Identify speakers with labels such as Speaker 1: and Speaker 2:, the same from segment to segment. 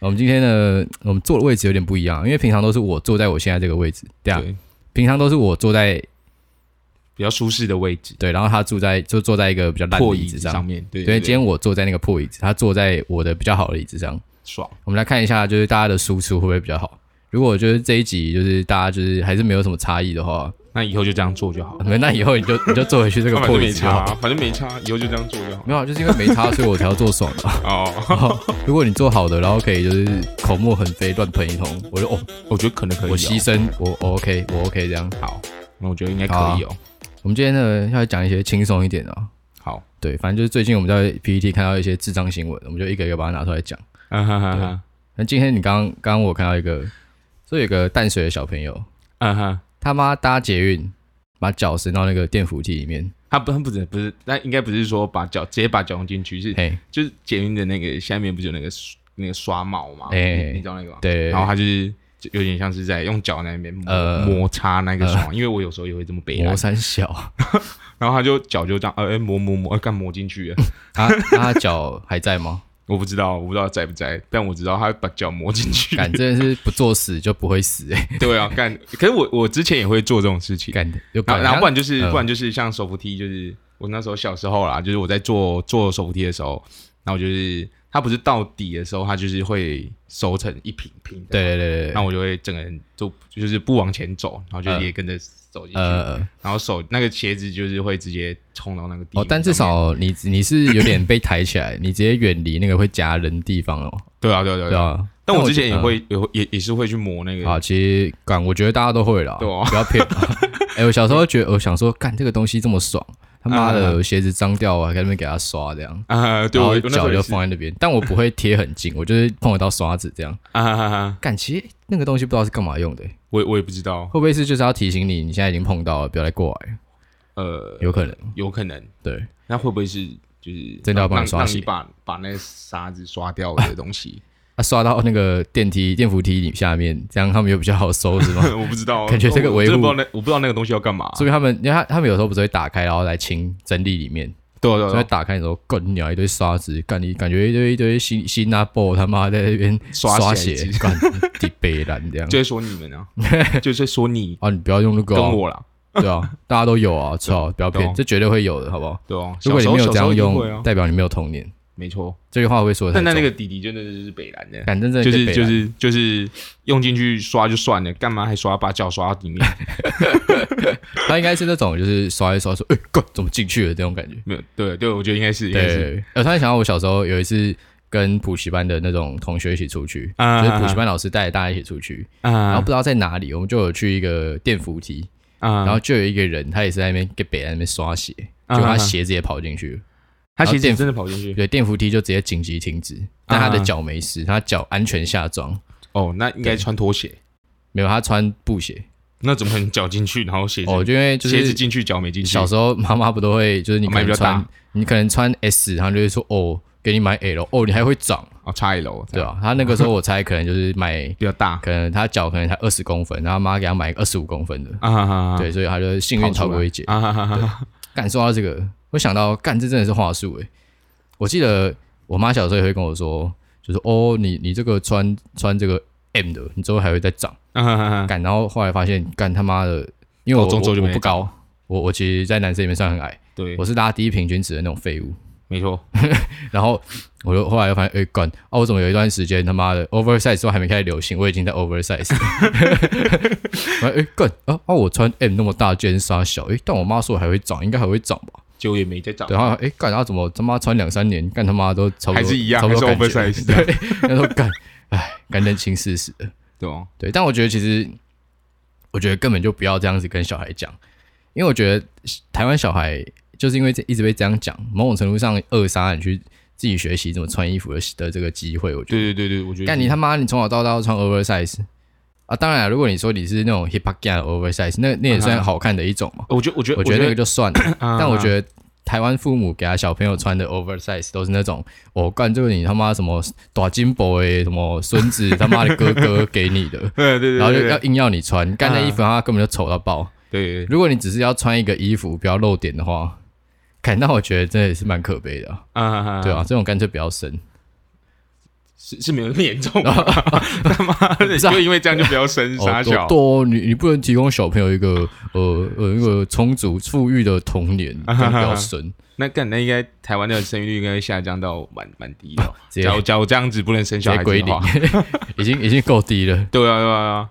Speaker 1: 我们今天呢，我们坐的位置有点不一样，因为平常都是我坐在我现在这个位置，对啊，
Speaker 2: 对，
Speaker 1: 平常都是我坐在
Speaker 2: 比较舒适的位置，
Speaker 1: 对，然后他住在就坐在一个比较烂
Speaker 2: 破
Speaker 1: 的
Speaker 2: 椅
Speaker 1: 椅子
Speaker 2: 子
Speaker 1: 上，
Speaker 2: 上面，对
Speaker 1: 对，
Speaker 2: 对，
Speaker 1: 今天我坐在那个破椅子，他坐在我的比较好的椅子上。
Speaker 2: 爽。
Speaker 1: 我们来看一下，就是大家的输出会不会比较好？如果就是这一集就是大家就是还是没有什么差异的话，
Speaker 2: 那以后就这样做就好了。
Speaker 1: 那以后你就你就坐回去这个
Speaker 3: 反
Speaker 1: 破
Speaker 3: 正
Speaker 1: 椅
Speaker 3: 没
Speaker 1: 子就 好。
Speaker 3: 差，反正没差，以后就这样做就 好。
Speaker 1: 没有啊，就是因为没差，所以我才要做爽的。
Speaker 3: 哦，
Speaker 1: 如果你做好的，然后可以就是口沫横飞乱喷一通，我就哦，
Speaker 2: 我觉得可能可以、哦，
Speaker 1: 我牺牲，我我 OK，我 OK 这样。
Speaker 2: 好，那我觉得应该可以哦。
Speaker 1: 我们今天呢要讲一些轻松一点的、啊，
Speaker 2: 好，
Speaker 1: 对，反正就是最近我们在 PPT 看到一些智障新闻，我们就一个一个把它拿出来讲。
Speaker 2: 啊哈哈哈，
Speaker 1: 那今天你刚刚刚我看到一个，说有个淡水的小朋友，
Speaker 2: 啊哈，
Speaker 1: 他妈搭捷运，把脚伸到那个电扶梯里面，
Speaker 2: 他不，他不止不是，那应该不是说把脚直接把脚弄进去，是
Speaker 1: 嘿，
Speaker 2: 就是捷运的那个下面不是有那个那个刷毛吗？
Speaker 1: 哎
Speaker 2: 你你知道那个吗？
Speaker 1: 对，
Speaker 2: 然后他就是就有点像是在用脚那边摩
Speaker 1: 呃
Speaker 2: 摩擦那个刷毛，因为我有时候也会这么北
Speaker 1: 磨
Speaker 2: 来，
Speaker 1: 三小，
Speaker 2: 然后他就脚就这样，呃，哎磨磨磨，哎干磨进去了。
Speaker 1: 他他脚还在 吗？
Speaker 2: 我不知道，我不知道在不在，但我知道他把脚磨进去。
Speaker 1: 干，真的是不作死就不会死哎、
Speaker 2: 对啊，干。可是我我之前也会做这种事情，
Speaker 1: 干的就
Speaker 2: 然
Speaker 1: 干，
Speaker 2: 后然后不然就是、
Speaker 1: 嗯
Speaker 2: 不然就是像手扶梯，就是我那时候小时候啦，就是我在坐坐手扶梯的时候，然后就是它不是到底的时候，它就是会收成一平平的，
Speaker 1: 对对对对
Speaker 2: 那
Speaker 1: 对，
Speaker 2: 我就会整个人就就是不往前走，然后就
Speaker 1: 嗯
Speaker 2: 也跟着走进去，
Speaker 1: 呃，
Speaker 2: 然后手那个鞋子就是会直接冲到那个地面上面。
Speaker 1: 哦，但至少你你是有点被抬起来，你直接远离那个会夹人的地方哦，
Speaker 2: 对啊对啊对啊
Speaker 1: 对
Speaker 2: 对啊。
Speaker 1: 啊。
Speaker 2: 但我之前也
Speaker 1: 嗯
Speaker 2: 会也会也也是会去磨那个
Speaker 1: 啊，其实干，我觉得大家都会啦，
Speaker 2: 嗯对啊
Speaker 1: 不要骗我。 哎、我小时候觉得，我想说，干这个东西这么爽，他妈
Speaker 2: 嗯嗯
Speaker 1: 的，我鞋子脏掉，我还在那边给它刷这样，
Speaker 2: 啊， 对
Speaker 1: 然
Speaker 2: 我
Speaker 1: 后
Speaker 2: 我那时
Speaker 1: 脚
Speaker 2: 候也
Speaker 1: 就是 放在那边，但我不会贴很近，我就是碰得到刷子这样。
Speaker 2: 啊哈哈哈，
Speaker 1: 干，其实那个东西不知道是干嘛用的、欸
Speaker 2: 我也我也不知道，
Speaker 1: 会不会是就是要提醒你，你现在已经碰到了，不要再过来，
Speaker 2: 呃，
Speaker 1: 有可能。
Speaker 2: 有可能
Speaker 1: 对，
Speaker 2: 那会不会是就是
Speaker 1: 真的要
Speaker 2: 让
Speaker 1: 帮你
Speaker 2: 让
Speaker 1: 刷
Speaker 2: 让
Speaker 1: 鞋
Speaker 2: 你把把那个沙子刷掉的东西？
Speaker 1: 啊，刷到那个电梯、电扶梯里下面，这样他们又比较好收，是吗？
Speaker 2: 我不知道，
Speaker 1: 感觉这个
Speaker 2: 我我
Speaker 1: 维护
Speaker 2: 真的不知道那我不知道那个东西要干嘛。
Speaker 1: 所以他们，因为他他们有时候不是会打开，然后来清整理里面，
Speaker 2: 对啊对啊
Speaker 1: 所
Speaker 2: 对
Speaker 1: 以
Speaker 2: 啊，
Speaker 1: 打开的时候，干你娘一堆沙子，干你感觉一堆一堆新新拉布他妈在那边
Speaker 2: 刷鞋
Speaker 1: 鞋，干地北蓝 这样。
Speaker 2: 就会说你们啊， 就是在说你
Speaker 1: 啊，你不要用那个
Speaker 2: 跟
Speaker 1: 啊、
Speaker 2: 我啦，
Speaker 1: 对啊，大家都有啊，操，不要
Speaker 2: 对
Speaker 1: 骗
Speaker 2: 啊，
Speaker 1: 这绝对会有的，好不好？
Speaker 2: 对哦。
Speaker 1: 如果你
Speaker 2: 小
Speaker 1: 没
Speaker 2: 时
Speaker 1: 有
Speaker 2: 候
Speaker 1: 这样
Speaker 2: 小时候一定
Speaker 1: 用，
Speaker 2: 会啊，
Speaker 1: 代表你没有童年。
Speaker 2: 没错。
Speaker 1: 这句话会不会说的
Speaker 2: 但
Speaker 1: 太
Speaker 2: 那那
Speaker 1: 重
Speaker 2: 个弟弟真的是北蓝的，
Speaker 1: 干真正啊
Speaker 2: 就
Speaker 1: 的
Speaker 2: 是
Speaker 1: 北
Speaker 2: 就
Speaker 1: 蓝
Speaker 2: 是就是用进去刷就算了，干嘛还刷把脚刷到 里面？
Speaker 1: 他应该是那种就是刷一刷说，哎、干怎么进去了这种感觉。
Speaker 2: 没有，对对，我觉得应该是应该是
Speaker 1: 对，呃我突然想到我小时候有一次跟补习班的那种同学一起出去，
Speaker 2: 啊
Speaker 1: 就是补习班老师带着大家一起出去，然后
Speaker 2: 啊
Speaker 1: 不知道在哪里，我们就有去一个电扶梯，
Speaker 2: 啊，
Speaker 1: 然后就有一个人，他也是在那边给北在那边刷鞋，
Speaker 2: 啊
Speaker 1: 就他
Speaker 2: 啊
Speaker 1: 鞋子也跑进去了，
Speaker 2: 他
Speaker 1: 然后
Speaker 2: 鞋子
Speaker 1: 电
Speaker 2: 真的跑进去
Speaker 1: 对，电扶梯就直接紧急停止，但他的
Speaker 2: 啊
Speaker 1: 脚没事，他脚安全下装，
Speaker 2: 哦，那应该穿拖鞋，
Speaker 1: 没有他穿布鞋，
Speaker 2: 那怎么可能脚进去然后鞋子
Speaker 1: 哦，就因为就
Speaker 2: 鞋子
Speaker 1: 是
Speaker 2: 进去脚没进去？
Speaker 1: 小时候妈妈不都会，就是你可
Speaker 2: 哦买比
Speaker 1: 能
Speaker 2: 较大
Speaker 1: 穿你可能穿 S，然后就会说哦，给你买 L，哦，你还会长，
Speaker 2: 哦，差一楼
Speaker 1: 对啊吧、他那个时候我猜可能就是买。
Speaker 2: 比较大
Speaker 1: 可能他脚可能才二十公分，然后妈给他买二十五公分的，
Speaker 2: 啊哈哈，
Speaker 1: 对，所以他就幸运逃过一劫。
Speaker 2: 啊哈哈哈，
Speaker 1: 干说到这个，我想到干这真的是话术诶、我记得我妈小时候也会跟我说，就是哦，你你这个穿穿这个 M 的，你之后还会再长。
Speaker 2: 啊哈哈哈，
Speaker 1: 干，然后后来发现干他妈的，因为我
Speaker 2: 高中之后就
Speaker 1: 我
Speaker 2: 没
Speaker 1: 我不高，我我其实，在男生里面算很矮，
Speaker 2: 对
Speaker 1: 我，是拉低平均值的那种废物。
Speaker 2: 没错，然
Speaker 1: 然后我就后来又发现，哎、干啊，我怎么有一段时间他妈的 oversize 都还没开始流行，我已经在 oversize 了。 我哎、干啊啊，我穿 M 那么大件杀小，哎、但我妈说我还会长，应该还会长吧？
Speaker 2: 就也没在长，
Speaker 1: 对，然后哎干，啊、怎么他妈穿两三年，干他妈都差不多，
Speaker 2: 还是一样
Speaker 1: 差不多
Speaker 2: 还是
Speaker 1: 感觉
Speaker 2: oversize
Speaker 1: 对，然后干，哎，干认清事实了。
Speaker 2: 对哦，
Speaker 1: 对，但我觉得其实，我觉得根本就不要这样子跟小孩讲，因为我觉得台湾小孩就是因为这一直被这样讲，某种程度上扼杀你去自己学习怎么穿衣服的的这个机会。我觉得，
Speaker 2: 对对对对，我觉得
Speaker 1: 干你他妈，你从小到大都穿 oversize 啊！当然啊，如果你说你是那种 hip hop gang 的 oversize，那那也算好看的一种嘛。
Speaker 2: 我觉啊得我觉得
Speaker 1: 我觉得那个就算了，
Speaker 2: 啊
Speaker 1: 但我觉得。台湾父母给他小朋友穿的 oversize 都是那种，我、干这个你他妈什么短金箔诶，什么孙子他妈的哥哥给你的，
Speaker 2: 对 对对，
Speaker 1: 然后就要硬要你穿，干那
Speaker 2: 嗯
Speaker 1: 衣服他根本就丑到爆。
Speaker 2: 对
Speaker 1: 如果你只是要穿一个衣服不要露点的话，看那我觉得真的是蛮可悲的啊、
Speaker 2: 啊哈哈，
Speaker 1: 对啊，这种干脆不要生。
Speaker 2: 是是没有那么 严重吧，他妈的，
Speaker 1: 是啊
Speaker 2: 就因为这样就不要生傻
Speaker 1: 哦，多，
Speaker 2: 小
Speaker 1: 多哦，你你不能提供小朋友一个呃呃一个充足富裕的童 年，这样比较深。
Speaker 2: 那干那应该台湾的生育率应该会下降到蛮蛮 低的哦。
Speaker 1: 直接
Speaker 2: 假如假如这样子不能生
Speaker 1: 直
Speaker 2: 小
Speaker 1: 接
Speaker 2: 孩子
Speaker 1: 归
Speaker 2: 的
Speaker 1: 零
Speaker 2: 话，，
Speaker 1: 已经已经够低了。
Speaker 2: 对啊对啊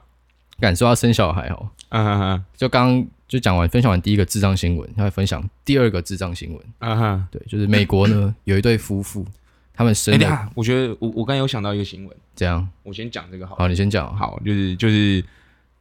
Speaker 1: 敢说要生小孩哦，
Speaker 2: 对啊，嗯哼
Speaker 1: 就刚刚就讲完分享完第一个智障新闻，要来分享第二个智障新闻。
Speaker 2: 嗯哼。
Speaker 1: 对，就是美国 呢有一对夫妇，他们
Speaker 2: 哎
Speaker 1: 生
Speaker 2: 等一
Speaker 1: 了
Speaker 2: 下，我觉得我我刚才有想到一个新闻，
Speaker 1: 这样。
Speaker 2: 我先讲这个好了。
Speaker 1: 好，你先讲。，
Speaker 2: 好，就是就是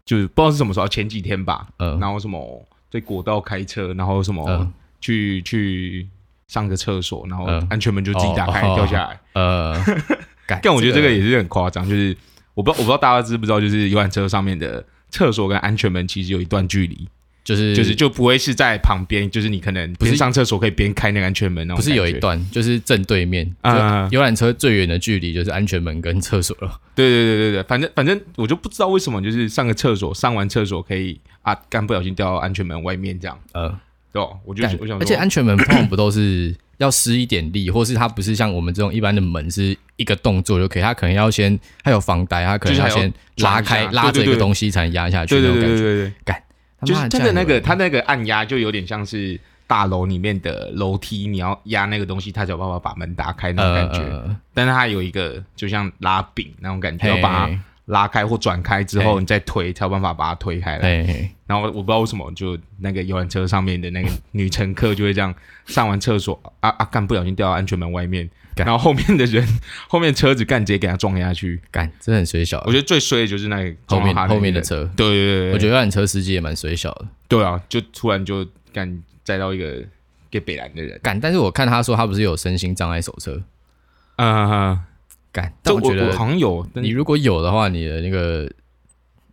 Speaker 2: 就是不知道是什么时候，前几天吧。
Speaker 1: 嗯
Speaker 2: 然后什么对国道开车，然后什么、
Speaker 1: 嗯
Speaker 2: 去去上个厕所，然后
Speaker 1: 嗯
Speaker 2: 安全门就自己打开、
Speaker 1: 哦哦
Speaker 2: 掉下来。
Speaker 1: 呃， 干
Speaker 2: 但我觉得这个也是很夸张，就是我不知道我不知道大家知不知道，就是游览车上面的厕所跟安全门其实有一段距离，
Speaker 1: 就是
Speaker 2: 就是就不会是在旁边，就是你可能
Speaker 1: 是
Speaker 2: 边上厕所可以边开那个安全门那种
Speaker 1: 不是有
Speaker 2: 感
Speaker 1: 一
Speaker 2: 觉
Speaker 1: 段，就是正对面，就
Speaker 2: 嗯
Speaker 1: 游览车最远的距离就是安全门跟厕所 了。
Speaker 2: 对对对对对，反正反正我就不知道为什么，就是上个厕所，上完厕所可以啊，干不小心掉到安全门外面这样，
Speaker 1: 呃，
Speaker 2: 对哦，我就
Speaker 1: 干
Speaker 2: 我想说，
Speaker 1: 而且安全门通常不都是要施一点力，或是它不是像我们这种一般的门是一个动作就可以，它可能要先，它有防呆，它可能
Speaker 2: 就是还要
Speaker 1: 先拉开
Speaker 2: 转一下
Speaker 1: 拉着
Speaker 2: 对对
Speaker 1: 一个
Speaker 2: 对
Speaker 1: 东西才能压下去
Speaker 2: 对
Speaker 1: 那
Speaker 2: 对
Speaker 1: 种
Speaker 2: 对
Speaker 1: 感
Speaker 2: 对
Speaker 1: 觉。
Speaker 2: 对对，
Speaker 1: 干，他
Speaker 2: 就是
Speaker 1: 妈
Speaker 2: 它
Speaker 1: 这
Speaker 2: 的
Speaker 1: 样
Speaker 2: 那
Speaker 1: 有
Speaker 2: 个
Speaker 1: 人
Speaker 2: 它那个按压就有点像是大楼里面的楼梯，你要压那个东西，它才有办法把门打开那种
Speaker 1: 呃
Speaker 2: 感觉。
Speaker 1: 呃
Speaker 2: 但是它有一个就像拉柄那种感觉，
Speaker 1: 嘿
Speaker 2: 要把它拉开或转开之后，
Speaker 1: 嘿
Speaker 2: 你再推才有办法把它推开来。
Speaker 1: 哎哎
Speaker 2: 然后我不知道为什么，就那个游览车上面的那个女乘客就会这样上完厕所啊啊干，不小心掉到安全门外面，
Speaker 1: 干
Speaker 2: 然后后面的人 后面车子干直接给他撞下去。
Speaker 1: 干，这很水小
Speaker 2: 我。觉得最衰的就是那个
Speaker 1: 哦后面
Speaker 2: 撞到他
Speaker 1: 后面的
Speaker 2: 那个
Speaker 1: 车，
Speaker 2: 人，对对对对，
Speaker 1: 我觉得游览车司机也蛮水小的。
Speaker 2: 对啊，就突然就干载到一个给北兰的人，
Speaker 1: 干，但是我看他说他不是有身心障碍手册。
Speaker 2: 嗯，
Speaker 1: 干，
Speaker 2: 这
Speaker 1: 但
Speaker 2: 我
Speaker 1: 我觉得
Speaker 2: 我好像有，但
Speaker 1: 你如果有的话，你的那个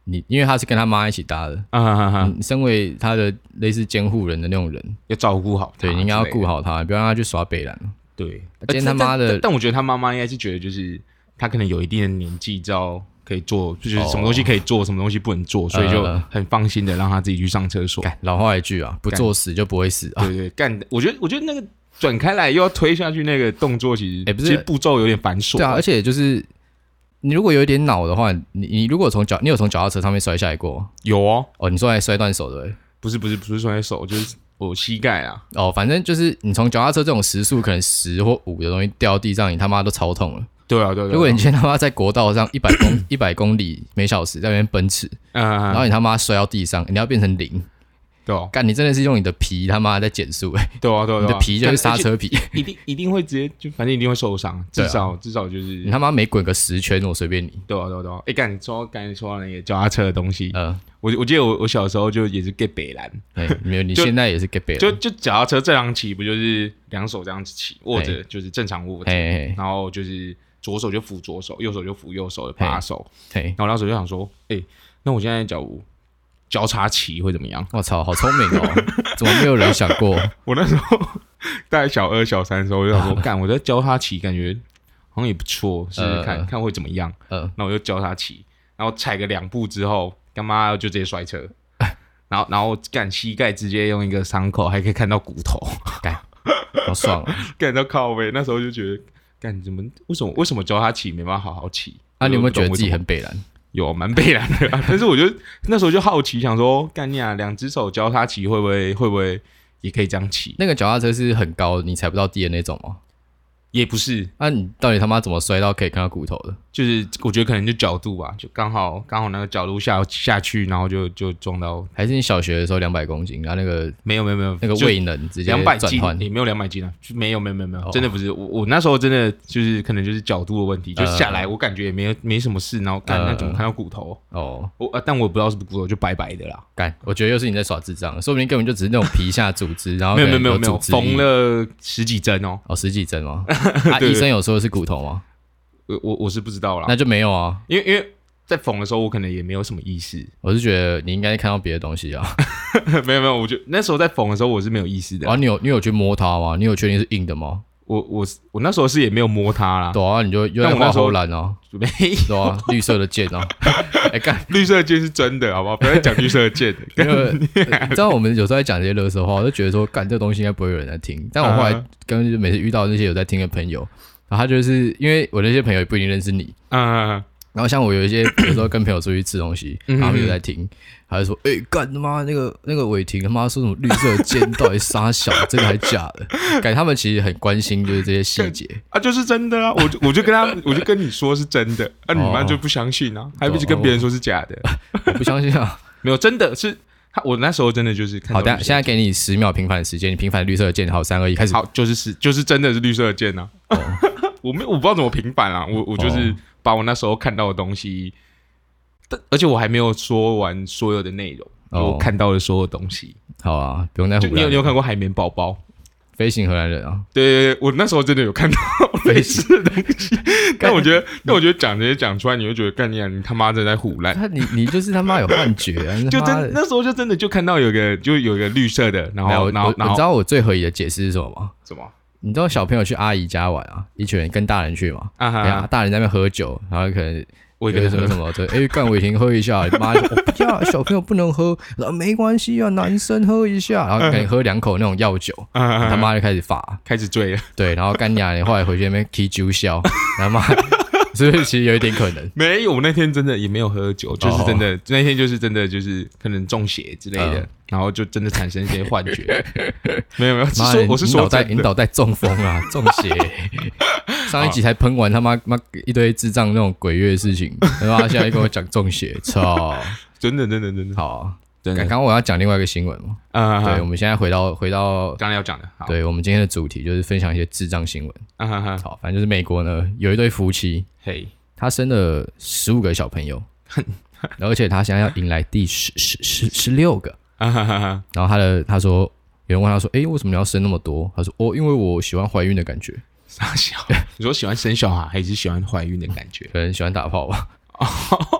Speaker 1: 你，因为他是跟他妈一起搭的，
Speaker 2: 啊哈哈，
Speaker 1: 你身为他的类似监护人的那种人，
Speaker 2: 要照顾好他啊之类
Speaker 1: 对，
Speaker 2: 的，
Speaker 1: 你应该要顾好他，不要让他去耍北兰。
Speaker 2: 对。呃
Speaker 1: 今天他
Speaker 2: 但
Speaker 1: 妈的
Speaker 2: 但但但我觉得他妈妈应该是觉得，就是他可能有一定的年纪，知道可以做，就是什么
Speaker 1: 哦
Speaker 2: 东西可以做，什么东西不能做，所以就
Speaker 1: 呃
Speaker 2: 很放心的让他自己去上厕所。
Speaker 1: 干，老话一句啊，不
Speaker 2: 干
Speaker 1: 作死就不会死啊。
Speaker 2: 对对，干，我觉得我觉得那个转开来又要推下去那个动作，其实
Speaker 1: 哎不是
Speaker 2: 其实步骤有点繁琐。
Speaker 1: 对啊，而且就是你如果有一点脑的话，你你如果从脚，你有从脚踏车上面摔下来过吗
Speaker 2: 有哦，
Speaker 1: 哦？你说还摔断手的、
Speaker 2: 不是不是不是说在手，就是我膝盖啊，
Speaker 1: 哦，反正就是你从脚踏车这种时速可能十或五的东西掉地上，你他妈都超痛了。
Speaker 2: 对啊对啊对啊。
Speaker 1: 如果你今天他妈在国道上一百公一百公里每小时在那边奔驰，
Speaker 2: 嗯
Speaker 1: 然后你他妈摔到地上，你要变成零，
Speaker 2: 对哦
Speaker 1: 干你真的是用你的皮他妈在减速、欸，
Speaker 2: 对啊，对啊，
Speaker 1: 你
Speaker 2: 对
Speaker 1: 的
Speaker 2: 啊
Speaker 1: 皮就是刹，车 皮，
Speaker 2: 但而且一定一定会直接就，反正一定会受伤，
Speaker 1: 对啊
Speaker 2: 至少至少就是
Speaker 1: 你，他妈每滚个十圈我随便你，
Speaker 2: 对啊，对啊，对啊。哎，干，你说刚才说到那个脚踏车的东西，
Speaker 1: 呃，
Speaker 2: 我我记得我我小时候就也是 get 北蓝，
Speaker 1: 哎没有，你
Speaker 2: 就
Speaker 1: 现在也是 get back，
Speaker 2: 就就脚踏车正常骑不就是两手这样子骑，握着就是正常握着，
Speaker 1: 嘿嘿
Speaker 2: 然后就是左手就扶左手，右手就扶右手的把手。
Speaker 1: 嘿，
Speaker 2: 然后我那时候就想说，哎，那我现在脚交叉骑会怎么样？
Speaker 1: 我操，好聪明哦， 怎么没有人想过？
Speaker 2: 我那时候大概小二小三的时候，我就 想说，干，我在教他骑，感觉好像也不错，试试看、
Speaker 1: 呃
Speaker 2: 看会怎么样。
Speaker 1: 呃，
Speaker 2: 那我就教他骑，然后踩个两步之后，干妈就直接 摔车，然后然后干膝盖直接用一个伤口，还可以看到骨 头，
Speaker 1: 好爽哦，
Speaker 2: 干到靠背。那时候就觉得，干怎么为什么为什么教他骑没办法好好骑？
Speaker 1: 啊，你有没有
Speaker 2: 我
Speaker 1: 觉
Speaker 2: 就不
Speaker 1: 得
Speaker 2: 懂
Speaker 1: 自己
Speaker 2: 为什
Speaker 1: 很
Speaker 2: 么
Speaker 1: 北蓝？
Speaker 2: 有蛮悲然的 啊、但是我就那时候就好奇，想说干你啊，两只手教他骑会不会会不会也可以这样骑？
Speaker 1: 那个脚踏车是很高，你踩不到地的那种吗？
Speaker 2: 也不是，
Speaker 1: 啊，你到底他妈怎么摔到可以看到骨头的？
Speaker 2: 就是我觉得可能就角度吧，就刚好刚好那个角度下下去，然后就就撞到
Speaker 1: 还是你小学的时候两百公斤，然后那个
Speaker 2: 没有没有没有
Speaker 1: 那个
Speaker 2: 就
Speaker 1: 胃能直接
Speaker 2: 两百
Speaker 1: 转
Speaker 2: 斤
Speaker 1: 换？
Speaker 2: 也没有两百斤啊，就没有没有没有没有，
Speaker 1: 哦
Speaker 2: 真的不是我我那时候真的就是可能就是角度的问题，就
Speaker 1: 呃
Speaker 2: 下来我感觉也没有没什么事，然后看
Speaker 1: 呃
Speaker 2: 那怎么看到骨头，
Speaker 1: 哦，
Speaker 2: 我呃但我不知道是不是骨头就白白的啦，
Speaker 1: 干，我觉得又是你在耍智障，说不定根本就只是那种皮下组 织，然后
Speaker 2: 没有没
Speaker 1: 可能
Speaker 2: 有没有没有
Speaker 1: 哦组织液
Speaker 2: 缝了十几针哦，
Speaker 1: 哦，十几针 吗？啊，
Speaker 2: 对
Speaker 1: 医生有说是骨头吗？
Speaker 2: 我我我是不知道啦
Speaker 1: 那，就没有啊。
Speaker 2: 因为因为在缝的时候我可能也没有什么意识，
Speaker 1: 我是觉得你应该看到别的东西啊。
Speaker 2: 没有没有，我就那时候在缝的时候我是没有意识
Speaker 1: 然后
Speaker 2: 的，
Speaker 1: 你有你有去摸它吗？你有确定是硬的吗？
Speaker 2: 我我是我那时候是也没有摸它啦，
Speaker 1: 对啊，你就又在
Speaker 2: 但我那
Speaker 1: 画
Speaker 2: 时候
Speaker 1: 后栏啊，
Speaker 2: 准备。
Speaker 1: 对啊，绿色的箭 啊。哎干，
Speaker 2: 绿色箭是真的，好不好？不要再讲绿色箭。
Speaker 1: 那个呃你知道我们有时候在讲这些乐色话，我就觉得说干这东西应该不会有人在听。但我后来
Speaker 2: 嗯
Speaker 1: 跟每次遇到那些有在听的朋友，然后他就是因为我那些朋友也不一定认识你，
Speaker 2: 嗯，
Speaker 1: 然后像我有一些有时候跟朋友出去吃东西，然后他们就在听，他就说：“哎、干他妈那个那个伟霆他妈说什么绿色箭到底杀小，真的还假的？”感觉他们其实很关心就是这些细节，
Speaker 2: 啊，就是真的啊，我就我就 跟他，我就跟你说是真的，啊，你妈
Speaker 1: 哦
Speaker 2: 就不相信啊，还不是跟别人说是假的，
Speaker 1: 我不相信 啊。
Speaker 2: 没有真的是他，我那时候真的就是看到
Speaker 1: 好，等下
Speaker 2: 绿色
Speaker 1: 现在给你十秒平反的时间，你平反绿色箭，好，三二一，开始。
Speaker 2: 好就是是就是真的是绿色的箭啊， 我没有我不知道怎么平反啊，我我就是
Speaker 1: 哦
Speaker 2: 把我那时候看到的东西，但而且我还没有说完所有的内容，
Speaker 1: 哦
Speaker 2: 我看到的所有东西，
Speaker 1: 好啊，不用再胡
Speaker 2: 就你有
Speaker 1: 乱
Speaker 2: 你有看过海绵宝宝？
Speaker 1: 飞行荷兰人啊，
Speaker 2: 对对对，我那时候真的有看到 类似的东 西，但我觉得，但我觉得讲这些讲出来，你会觉得干你啊，你他妈的在胡乱。
Speaker 1: 他你你就是他妈有幻觉啊！你
Speaker 2: 就
Speaker 1: 他妈
Speaker 2: 真
Speaker 1: 的。
Speaker 2: 那时候就真的就看到有个就有一个绿色的，然
Speaker 1: 没有
Speaker 2: 后
Speaker 1: 我
Speaker 2: 然后
Speaker 1: 我
Speaker 2: 然
Speaker 1: 你知
Speaker 2: 后
Speaker 1: 道我最合理的解释是什么吗？
Speaker 2: 什么
Speaker 1: 你知道小朋友去阿姨家玩啊，一群人跟大人去嘛，
Speaker 2: 啊
Speaker 1: 然后
Speaker 2: 哈，
Speaker 1: 大人在那边喝酒，然后可能
Speaker 2: 我
Speaker 1: 哎有
Speaker 2: 也
Speaker 1: 的
Speaker 2: 觉
Speaker 1: 什么什
Speaker 2: 得
Speaker 1: 么对，哎，干伟霆喝一下，妈就，我不要，小朋友不能喝，然后没关系啊，男生喝一下，然后赶紧喝两口那种药酒，
Speaker 2: 啊
Speaker 1: 他妈就开始发，
Speaker 2: 开始醉了，
Speaker 1: 对，然后干娘你后来回去那边踢酒笑，然后妈， 是不是其实有一点可能？
Speaker 2: 没有，我那天真的也没有喝酒，就是
Speaker 1: 哦
Speaker 2: 真的那天就是真的就是可能中邪之类的
Speaker 1: 嗯，
Speaker 2: 然后就真的产生一些幻 觉，没有没有，是
Speaker 1: 妈
Speaker 2: 说
Speaker 1: 的，
Speaker 2: 我是
Speaker 1: 你
Speaker 2: 说
Speaker 1: 脑袋
Speaker 2: 真
Speaker 1: 你
Speaker 2: 的，
Speaker 1: 脑袋中风啊，中邪。上一集才喷完他妈妈一堆智障那种鬼月的事情，然后他现在跟我讲中邪，操！
Speaker 2: 真的真的真的
Speaker 1: 好啊，
Speaker 2: 真
Speaker 1: 刚
Speaker 2: 的
Speaker 1: 刚我要讲另外一个新闻嘛，
Speaker 2: 啊哈
Speaker 1: 对，我，们现在回到回到
Speaker 2: 刚刚要讲的，好，
Speaker 1: 对我们今天的主题就是分享一些智障新闻。
Speaker 2: 啊哈哈，
Speaker 1: 好，反正就是美国呢有一对夫妻，
Speaker 2: 嘿，
Speaker 1: 他生了十五个小朋友，而且他现在要迎来第十十十十六个。
Speaker 2: 啊哈哈哈，
Speaker 1: 然后他的他说，有人问他说，诶，为什么你要生那么多？他说，哦，因为我喜欢怀孕的感觉，
Speaker 2: 傻小，你说喜欢生小孩还是喜欢怀孕的感觉？
Speaker 1: 可能喜欢打炮 吧，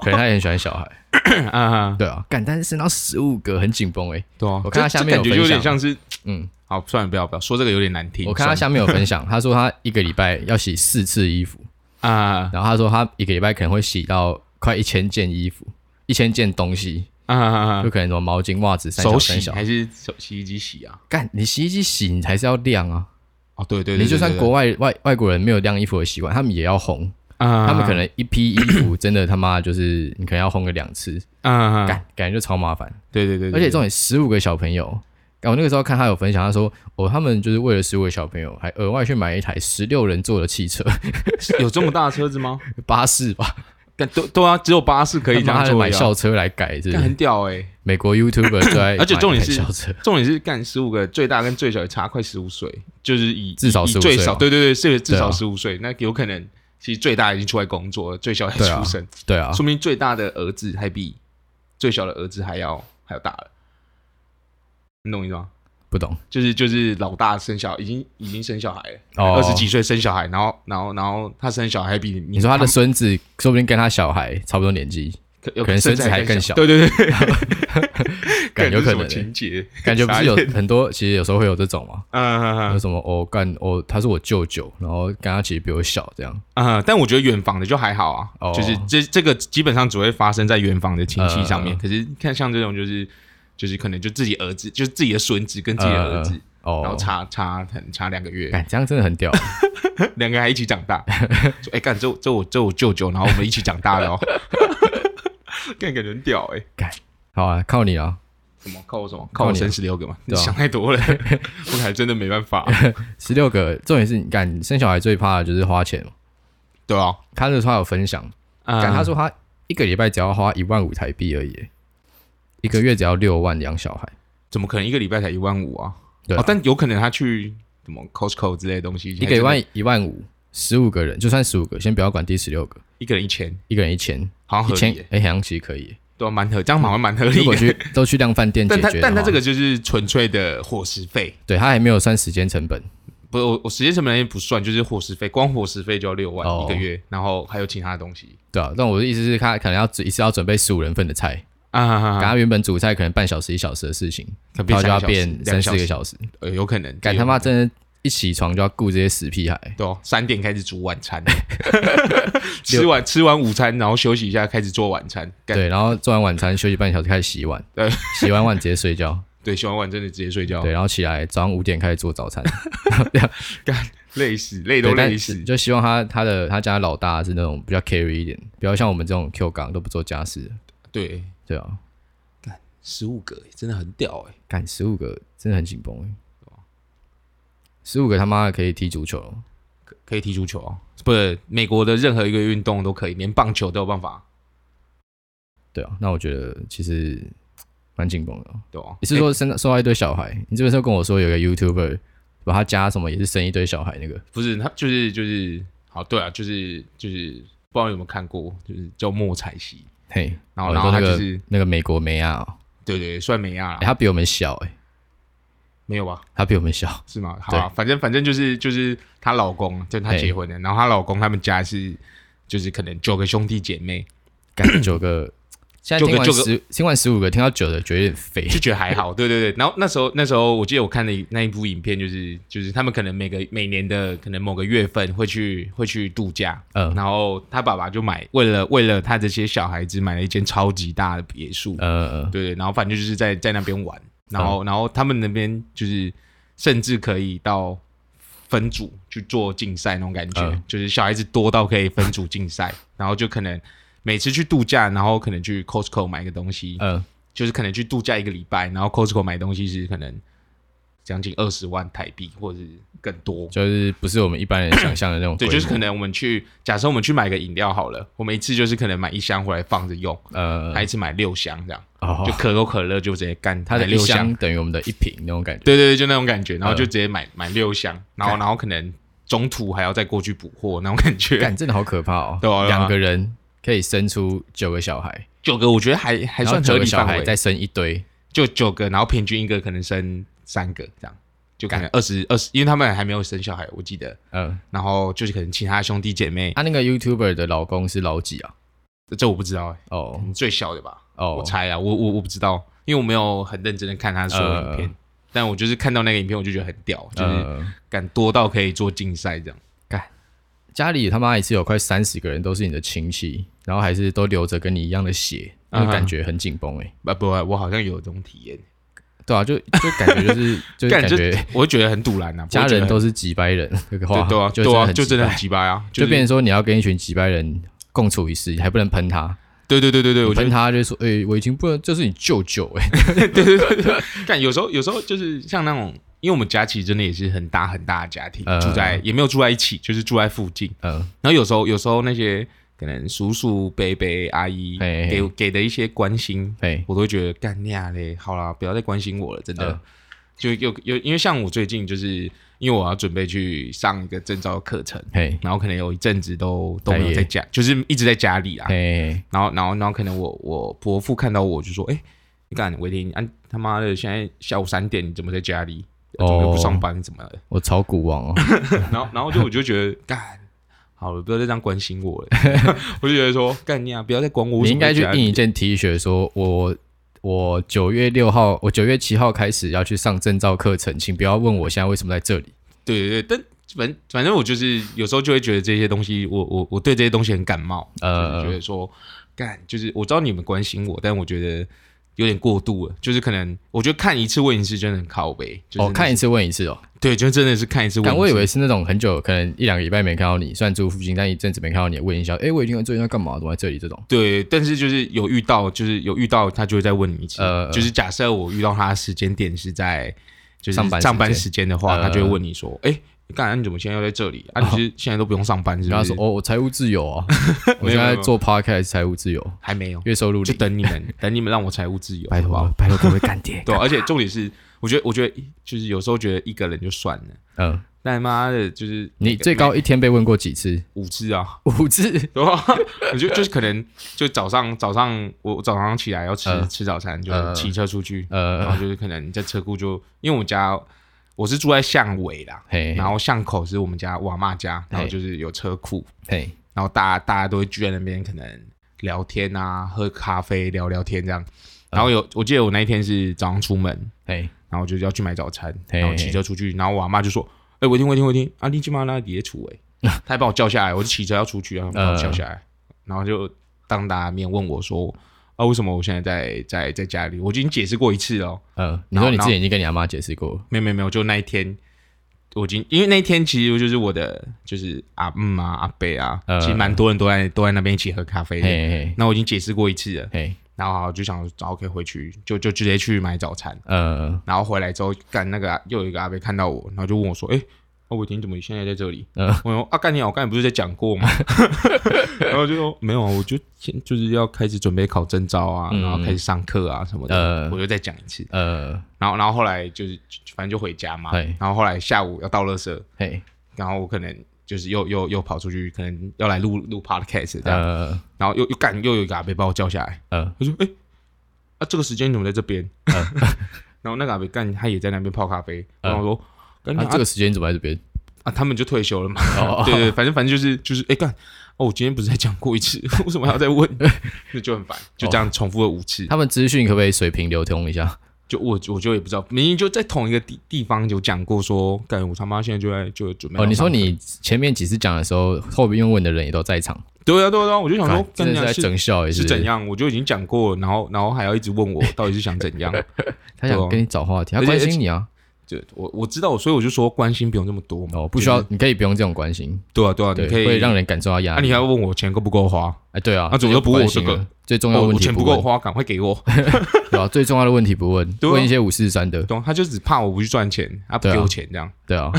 Speaker 1: 可能他也很喜欢小孩。
Speaker 2: 啊哈，
Speaker 1: 对啊，干，但是生到十五个很紧绷诶。欸
Speaker 2: 对啊，
Speaker 1: 我看他
Speaker 2: 这
Speaker 1: 下
Speaker 2: 这
Speaker 1: 面有
Speaker 2: 感觉就有点
Speaker 1: 分享
Speaker 2: 像是，
Speaker 1: 嗯，
Speaker 2: 好，算了，不要不要说这个有点难听，
Speaker 1: 我看他
Speaker 2: 算
Speaker 1: 下面有分享， 他说他一个礼拜要洗四次衣服，
Speaker 2: 了啊
Speaker 1: 然后他说他一个礼拜可能会洗到快一千件衣服，一千件东西，
Speaker 2: 啊啊
Speaker 1: 就可能什么毛巾、袜子、三
Speaker 2: 手
Speaker 1: 小三
Speaker 2: 洗
Speaker 1: 小。
Speaker 2: 还是手洗衣机洗啊？干，
Speaker 1: 你洗衣机洗，你还是要晾啊！
Speaker 2: 哦，对对对，
Speaker 1: 你就算国
Speaker 2: 外，
Speaker 1: 外外外国人没有晾衣服的习惯，他们也要烘。
Speaker 2: 他
Speaker 1: 他们可能一批衣服真的他妈就是你可能要烘个两次，
Speaker 2: 啊，
Speaker 1: 感感觉就超麻烦。
Speaker 2: 对对对，
Speaker 1: 而且重
Speaker 2: 种
Speaker 1: 点十五个小朋友，干我那个时候看他有分享，他说哦，他们就是为了十五个小朋友，还额外去买一台十六人座的汽车
Speaker 2: 有这么大的车子 吗？
Speaker 1: 巴士吧，
Speaker 2: 干都都啊，只有巴士可以这
Speaker 1: 他
Speaker 2: 样
Speaker 1: 妈的
Speaker 2: 做而
Speaker 1: 买
Speaker 2: 已啊，
Speaker 1: 校车来改，这
Speaker 2: 干很屌哎。
Speaker 1: 美国 YouTuber 最爱
Speaker 2: 而且重点是
Speaker 1: 买一台校车，
Speaker 2: 重点是干十五个，最大跟最小也差快十五岁，就是以
Speaker 1: 至少
Speaker 2: 以
Speaker 1: 15
Speaker 2: 最
Speaker 1: 岁
Speaker 2: 少，
Speaker 1: 吧
Speaker 2: 对对对，是至
Speaker 1: 对啊
Speaker 2: 少十五岁，那有可能其实最大已经出来工作了，最小才
Speaker 1: 对啊
Speaker 2: 出生，
Speaker 1: 对啊，
Speaker 2: 说明最大的儿子还比最小的儿子还要还要大了，你懂我意思吗？
Speaker 1: 不懂
Speaker 2: 就是就是老大生小，已经已经生小孩了，
Speaker 1: 哦
Speaker 2: 二十、几岁生小孩，然后然后然后他生小孩还比你，
Speaker 1: 你说他的孙子说不定跟他小孩差不多年纪，
Speaker 2: 可有
Speaker 1: 可能
Speaker 2: 甚至
Speaker 1: 孙子还更
Speaker 2: 更
Speaker 1: 小
Speaker 2: 对对对，
Speaker 1: 感觉
Speaker 2: 这
Speaker 1: 可
Speaker 2: 是什么
Speaker 1: 能欸
Speaker 2: 情节，
Speaker 1: 感觉不是有
Speaker 2: 傻眼
Speaker 1: 很多，其实有时候会有这种嘛，
Speaker 2: 啊啊
Speaker 1: 有什么哦干哦他是我舅舅，然后跟他其实比我小这样，
Speaker 2: 啊啊！但我觉得远房的就还好啊，
Speaker 1: 哦
Speaker 2: 就是这这个基本上只会发生在远房的亲戚上面。
Speaker 1: 呃
Speaker 2: 可是看像这种就是就是可能就自己儿子，就是自己的孙子跟自己的儿子，
Speaker 1: 哦，哎
Speaker 2: 然后差差很差两个月，
Speaker 1: 干这样真的很屌，
Speaker 2: 两个还一起长 大。说哎干，这我这我这我舅舅，然后我们一起长大 了哦，干感觉很屌哎、
Speaker 1: 好啊，靠你啊！
Speaker 2: 什么靠我什么
Speaker 1: 靠
Speaker 2: 靠我
Speaker 1: 你啊
Speaker 2: 生十六个嘛？你
Speaker 1: 对啊
Speaker 2: 想太多了，我还真的没办法。
Speaker 1: 十六个，重点是你干生小孩最怕的就是花钱嘛。
Speaker 2: 对啊，
Speaker 1: 他那时候他有分享，
Speaker 2: 嗯
Speaker 1: 干、他说他一个礼拜只要花一万五台币而已，一个月只要六万养小孩，
Speaker 2: 怎么可能一个礼拜才一万五啊？
Speaker 1: 对啊
Speaker 2: 哦，但有可能他去什么 Costco 之类的东西，
Speaker 1: 一个
Speaker 2: 还
Speaker 1: 一
Speaker 2: 真的
Speaker 1: 万一万五，十五个人就算十五个，先不要管第十六个，
Speaker 2: 一个人一千，
Speaker 1: 一个人一千，
Speaker 2: 好像
Speaker 1: 一
Speaker 2: 哦合
Speaker 1: 千
Speaker 2: 理耶，
Speaker 1: 哎，好像其实可以。
Speaker 2: 对啊，蛮合，这样好像蛮合
Speaker 1: 如
Speaker 2: 理
Speaker 1: 果
Speaker 2: 的。
Speaker 1: 去都去量饭店解
Speaker 2: 但他
Speaker 1: 决的话，
Speaker 2: 但他这个就是纯粹的伙食费，
Speaker 1: 对他还没有算时间成本，
Speaker 2: 不，我我时间成本也不算，就是伙食费，光伙食费就要六万
Speaker 1: 哦
Speaker 2: 一个月，然后还有其他的东西
Speaker 1: 对啊。但我的意思是，他可能要一次要准备十五人份的菜，
Speaker 2: 啊
Speaker 1: 赶、他原本煮菜可能半小时一小时的事情，
Speaker 2: 可能
Speaker 1: 他就要
Speaker 2: 变
Speaker 1: 变
Speaker 2: 三
Speaker 1: 三四个
Speaker 2: 个小时两个小
Speaker 1: 小时。
Speaker 2: 呃，有可能，
Speaker 1: 干
Speaker 2: 有
Speaker 1: 他
Speaker 2: 可
Speaker 1: 妈
Speaker 2: 能
Speaker 1: 真的，一起床就要顾这些死屁孩。
Speaker 2: 对哦，三点开始煮晚 餐，吃完吃完午餐，然后休息一下，开始做晚餐，干
Speaker 1: 对，然后做完晚餐休息半小时，开始洗碗，
Speaker 2: 对， 哦
Speaker 1: 洗完碗直接睡觉。
Speaker 2: 对，洗完碗真的直接睡觉，
Speaker 1: 对，然后起来早上五点开始做早餐，
Speaker 2: 累死，累
Speaker 1: 对
Speaker 2: 都，
Speaker 1: 但
Speaker 2: 累
Speaker 1: 是
Speaker 2: 死。
Speaker 1: 就希望他他的他家老大是那种比较 carry 一点，不要像我们这种 Q 岗都不做家事的，
Speaker 2: 对，
Speaker 1: 对啊，
Speaker 2: 十五个真的很屌哎、
Speaker 1: 干十五个真的很紧绷哎，十五个他妈的可以踢足球了，
Speaker 2: 可可以踢足球啊，不是美国的任何一个运动都可以，连棒球都有办法，
Speaker 1: 对啊，那我觉得其实蛮紧绷的哦。
Speaker 2: 对吧、啊？
Speaker 1: 你是说生收到一堆小孩？你这边时候跟我说有个 YouTuber 把他家什么也是生一堆小孩那个，
Speaker 2: 不是他就是就是好对啊，就是就是不知道你有没有看过，就是叫莫彩希，
Speaker 1: 嘿，
Speaker 2: 然后
Speaker 1: 哦
Speaker 2: 然后
Speaker 1: 你说那
Speaker 2: 他
Speaker 1: 个、
Speaker 2: 就是啊
Speaker 1: 那个美国梅亚、哦
Speaker 2: 对对算美亚啦，
Speaker 1: 诶他比我们小哎、
Speaker 2: 没有吧？
Speaker 1: 他比我们小，
Speaker 2: 是吗？好、啊，反正反正就是就是她老公，就她
Speaker 1: 嘿
Speaker 2: 结婚了，然后她老公他们家是就是可能九个兄弟姐妹，
Speaker 1: 干九个， 现在听完
Speaker 2: 九个
Speaker 1: 十听完十五个，听到九的觉得有点废，
Speaker 2: 就觉得还好，对对对。然后那时候那时候我记得我看的一那一部影片，就是就是他们可能每个每年的可能某个月份会去会去度假，
Speaker 1: 嗯
Speaker 2: 然后他爸爸就买为了为了他这些小孩子买了一间超级大的别墅，
Speaker 1: 呃呃，
Speaker 2: 对对，然后反正就是在在那边玩，然
Speaker 1: 嗯
Speaker 2: 后、然后他们那边就是甚至可以到分组去做竞赛那种感觉，
Speaker 1: 嗯
Speaker 2: 就是小孩子多到可以分组竞赛，然后就可能每次去度假，然后可能去 Costco 买个东西，
Speaker 1: 嗯，
Speaker 2: 就是可能去度假一个礼拜，然后 Costco 买东西是可能将近二十万台币或者是更多。
Speaker 1: 就是不是我们一般人想象的那种规
Speaker 2: 对，
Speaker 1: 模，
Speaker 2: 就是可能我们去，假设我们去买个饮料好了，我们一次就是可能买一箱回来放着用，
Speaker 1: 呃
Speaker 2: 他一次买六箱这样，就
Speaker 1: 哦，
Speaker 2: 可口可乐就直接干
Speaker 1: 他
Speaker 2: 买
Speaker 1: 的一
Speaker 2: 六箱
Speaker 1: 箱等于我们的一瓶那种感觉，
Speaker 2: 对对对，就那种感觉，然
Speaker 1: 嗯
Speaker 2: 后就直接买、买六箱，然后然后可能中途还要再过去补货那种感觉。
Speaker 1: 干真的好可怕哦，
Speaker 2: 对啊对啊
Speaker 1: 两个人可以生出九个小孩，
Speaker 2: 九个我觉得还还
Speaker 1: 然后
Speaker 2: 算
Speaker 1: 九
Speaker 2: 合
Speaker 1: 个
Speaker 2: 理
Speaker 1: 小
Speaker 2: 范
Speaker 1: 孩
Speaker 2: 围，
Speaker 1: 再生一堆，
Speaker 2: 就九个，然后平均一个可能生三个这样，就可能二十二十，因为他们还没有生小孩，我记得。
Speaker 1: 嗯。啊
Speaker 2: 然后就是可能其他兄弟姐妹，
Speaker 1: 他、那个 YouTuber 的老公是老几啊？
Speaker 2: 这我不知道哎、
Speaker 1: 哦
Speaker 2: 你最小的吧？我
Speaker 1: 哦，
Speaker 2: 猜啊，我我我不知道，因为我没有很认真的看他所有影片，
Speaker 1: 呃
Speaker 2: 但我就是看到那个影片，我就觉得很屌，就是
Speaker 1: 呃，
Speaker 2: 敢多到可以做竞赛这样。
Speaker 1: 家里他妈也是有快三十个人都是你的亲戚，然后还是都流着跟你一样的血，那
Speaker 2: 嗯
Speaker 1: 种
Speaker 2: 哼
Speaker 1: 感觉很紧绷哎。
Speaker 2: 啊不，我好像有这种体验。
Speaker 1: 对啊，就就感觉就是就是
Speaker 2: 干
Speaker 1: 感觉，
Speaker 2: 我会觉得很堵然呐、啊，
Speaker 1: 家人
Speaker 2: 我
Speaker 1: 都是几百人，这个
Speaker 2: 会觉
Speaker 1: 话
Speaker 2: 得对对啊，
Speaker 1: 就
Speaker 2: 对啊，
Speaker 1: 很
Speaker 2: 就真的
Speaker 1: 几
Speaker 2: 很
Speaker 1: 百
Speaker 2: 鸡巴啊，
Speaker 1: 就变
Speaker 2: 是
Speaker 1: 成说你要跟一群几百人共处一室，你还不能喷他，
Speaker 2: 对对对对对，我觉
Speaker 1: 喷
Speaker 2: 得
Speaker 1: 他就说哎，我已经不能，这是你舅舅哎。
Speaker 2: 干有时候有时候就是像那种，因为我们家其实真的也是很大很大的家庭，
Speaker 1: 呃
Speaker 2: 住在也没有住在一起，就是住在附近。
Speaker 1: 嗯，
Speaker 2: 然后有时候有时候那些可能叔叔、伯伯、阿姨
Speaker 1: 嘿嘿
Speaker 2: 给给的一些关心，
Speaker 1: 哎，
Speaker 2: 我都会觉得干你啊嘞，好啦，不要再关心我了，真的。
Speaker 1: 嗯
Speaker 2: 就有有，因为像我最近就是因为我要准备去上一个证照课程，
Speaker 1: 嘿，
Speaker 2: 然后可能有一阵子都都没有
Speaker 1: 待业
Speaker 2: 在家，就是一直在家里啦。
Speaker 1: 嘿，
Speaker 2: 然后，然后，然后可能我我伯父看到我就说：“哎、你干伟霆，啊他妈的，现在下午三点你怎么在家里？啊怎么又不上班？怎么了
Speaker 1: 哦我炒股王哦，？”
Speaker 2: 然后，然后就我就觉得干好了，不要再这样关心我了。 我就觉得说干你啊，不要再管我。
Speaker 1: 你应该去
Speaker 2: 为什么在家
Speaker 1: 印
Speaker 2: 里
Speaker 1: 一件 T 恤，说我我九月六号，我九月七号开始要去上证照课程，请不要问我现在为什么在这里。
Speaker 2: 对对对，但反反正我就是有时候就会觉得这些东西，我我我对这些东西很感冒，
Speaker 1: 呃
Speaker 2: 就是觉得说干，就是我知道你们关心我，但我觉得有点过度了，就是可能我觉得看一次问一次真的很靠背，就是、
Speaker 1: 哦，看一，次问一次哦。
Speaker 2: 对，就真的是看一次问一
Speaker 1: 但
Speaker 2: 次，
Speaker 1: 我以为是那种很久，可能一两个礼拜没看到你，虽然住附近，但一阵子没看到你，问一下，哎，我已经最近在干嘛？怎么在这里？这种，
Speaker 2: 对，但是就是有遇到，就是有遇到，他就会再问你一次。
Speaker 1: 呃
Speaker 2: 就是假设我遇到他的时间点是在就是
Speaker 1: 上班时间
Speaker 2: 上班时间的话，
Speaker 1: 呃哦
Speaker 2: 他就会问你说：“哎、你干、你怎么现在要在这里？啊，你是现在都不用上班是
Speaker 1: 然
Speaker 2: 不
Speaker 1: 后
Speaker 2: 是
Speaker 1: 说，？”哦，我财务自由 啊，我
Speaker 2: 没
Speaker 1: 现
Speaker 2: 有
Speaker 1: 在
Speaker 2: 没有
Speaker 1: 做 podcast 财务自由，
Speaker 2: 还没有，
Speaker 1: 月收入
Speaker 2: 就
Speaker 1: 零，
Speaker 2: 等你们，等你们让我财务自由，
Speaker 1: 拜
Speaker 2: 好不好
Speaker 1: 托，拜托各位干爹，
Speaker 2: 对啊、而且重点是，我觉得，我觉得就是有时候觉得一个人就算了，
Speaker 1: 嗯，
Speaker 2: 但妈的，就是
Speaker 1: 你最高一天被问过几次？
Speaker 2: 五次啊，
Speaker 1: 五次，
Speaker 2: 对吧？ 我就就是可能就早上早上我早上起来要吃、
Speaker 1: 呃
Speaker 2: 吃早餐，就
Speaker 1: 呃
Speaker 2: 骑车出去，然
Speaker 1: 呃
Speaker 2: 后，就是可能在车库就，因为我家我是住在巷尾啦，
Speaker 1: 嘿，
Speaker 2: 然后巷口是我们家我阿妈家，然后
Speaker 1: 嘿
Speaker 2: 就是有车库，
Speaker 1: 嘿，
Speaker 2: 然后大家大家都会聚在那边，可能聊天啊，喝咖啡聊聊天这样。然后有我记得我那一天是早上出门，
Speaker 1: 嘿，
Speaker 2: 然后就是要去买早餐，
Speaker 1: 嘿
Speaker 2: 然后骑车出去，然后我阿妈就说：“哎、我听我听我听，啊，你今晚那野处 哎，他
Speaker 1: 嗯
Speaker 2: 还把我叫下来，我是骑车要出去啊，然后把我叫下来，然后就当大家面问我说：啊，为什么我现在在在在家里？我已经解释过一次了哦，
Speaker 1: 嗯，你
Speaker 2: 然
Speaker 1: 说
Speaker 2: 后
Speaker 1: 你之
Speaker 2: 然后
Speaker 1: 前已经跟你阿妈解释过了，
Speaker 2: 没有没有没有，就那一天，我已经因为那一天其实就是我的就是阿嗯啊阿伯啊，
Speaker 1: 呃
Speaker 2: 其实蛮多人都在都在那边一起喝咖啡
Speaker 1: 嘿
Speaker 2: 的。
Speaker 1: 嘿
Speaker 2: 那我已经解释过一次了，
Speaker 1: 嘿，
Speaker 2: 然后好就想找 OK 回去，就就直接去买早餐。
Speaker 1: 呃
Speaker 2: 然后回来之后，干那个啊又有一个阿伯看到我，然后就问我说：“哎、啊伟霆怎么现在在这里？”
Speaker 1: 嗯
Speaker 2: 我说：“啊，干你好，我刚才不是在讲过吗？” 然后就说：“没有啊，我就先就是要开始准备考证照啊，
Speaker 1: 嗯
Speaker 2: 然后开始上课啊什么的。
Speaker 1: 呃
Speaker 2: 我就再讲一次。
Speaker 1: 呃，
Speaker 2: 然后，然后后来就是反正就回家嘛
Speaker 1: 对。
Speaker 2: 然后后来下午要到乐社，
Speaker 1: 嘿，
Speaker 2: 然后我可能就是又又又跑出去，可能要来录录 podcast 这样。
Speaker 1: 呃
Speaker 2: 然后又又干又有一个阿伯把我叫下来，
Speaker 1: 呃，
Speaker 2: 他说：“哎、啊，这个时间你怎么在这边？” 然后那个阿伯干，他也在那边泡咖啡。
Speaker 1: 嗯
Speaker 2: 然后我说：“干、
Speaker 1: 啊，
Speaker 2: 啊
Speaker 1: 这个时间怎么在这 边？
Speaker 2: 啊，他们就退休了嘛。
Speaker 1: 哦
Speaker 2: 对对，反正反正就是就是，哎、干，哦，我今天不是才讲过一次， 为什么还要再问？ 那就很烦，就这样重复了五次。
Speaker 1: 他们资讯可不可以水平流通一下？
Speaker 2: 就我我就也不知道，明明就在同一个地地方有讲过说，干，我他妈现在就在就准备
Speaker 1: 哦，
Speaker 2: 要上课。
Speaker 1: 你说你前面几次讲的时候，后面问的人也都在场，
Speaker 2: 对啊对啊对啊，我就想说，
Speaker 1: 干真
Speaker 2: 干
Speaker 1: 的是在
Speaker 2: 是
Speaker 1: 整笑，
Speaker 2: 是怎
Speaker 1: 样？
Speaker 2: 样？我就已经讲过了，然后然后还要一直问我到底是想 怎样？
Speaker 1: 他想
Speaker 2: 对啊
Speaker 1: 跟你找话题，他
Speaker 2: 而且
Speaker 1: 关心你啊，
Speaker 2: 就我我知道，所以我就说关心不用这么多嘛。
Speaker 1: 哦，不需要，你可以不用这种关心，
Speaker 2: 对啊，对啊，
Speaker 1: 对
Speaker 2: 你，可以
Speaker 1: 会让人感受到
Speaker 2: 那、
Speaker 1: 压
Speaker 2: 啊、你
Speaker 1: 力。
Speaker 2: 还要问我钱够不够花？
Speaker 1: 哎，对啊，
Speaker 2: 那怎么
Speaker 1: 就
Speaker 2: 都不问
Speaker 1: 关
Speaker 2: 我这
Speaker 1: 心了
Speaker 2: 个
Speaker 1: 最重要的
Speaker 2: 我
Speaker 1: 问
Speaker 2: 我
Speaker 1: 题
Speaker 2: 钱不
Speaker 1: 问
Speaker 2: 够花，赶快给我。
Speaker 1: 对啊，最重要的问题不问，
Speaker 2: 对啊
Speaker 1: 问一些五四三的，
Speaker 2: 对啊、他就只怕我不去赚钱，他不
Speaker 1: 对啊
Speaker 2: 给我钱这样。
Speaker 1: 对 啊，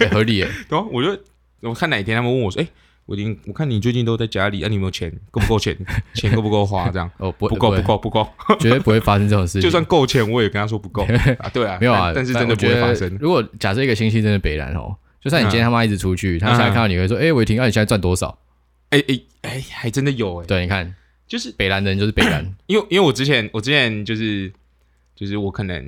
Speaker 1: 哎合理耶，
Speaker 2: 对啊，我就我看哪一天他们问我说，哎、我已经我看你最近都在家里，啊，你有没有钱？够不够钱？ 钱够不够花？这样
Speaker 1: 哦， 不
Speaker 2: 不
Speaker 1: 会
Speaker 2: 够，不
Speaker 1: 会
Speaker 2: 够，不够。
Speaker 1: 绝对不会发生这种事情。
Speaker 2: 就算够钱，我也跟他说不够啊。对啊，
Speaker 1: 没有啊，
Speaker 2: 但但是真的
Speaker 1: 我
Speaker 2: 不
Speaker 1: 觉
Speaker 2: 会
Speaker 1: 得
Speaker 2: 发生。嗯
Speaker 1: 如果假设一个星期真的北蓝哦，就算你今天他妈一直出去，他下来看到你会说：“哎，伟霆，那你现在赚多少
Speaker 2: 哎哎哎，还真的有哎、？”
Speaker 1: 对，你看
Speaker 2: 就是
Speaker 1: 北蓝的人就是北 蓝，
Speaker 2: 因为因为我之前我之前就是就是我可能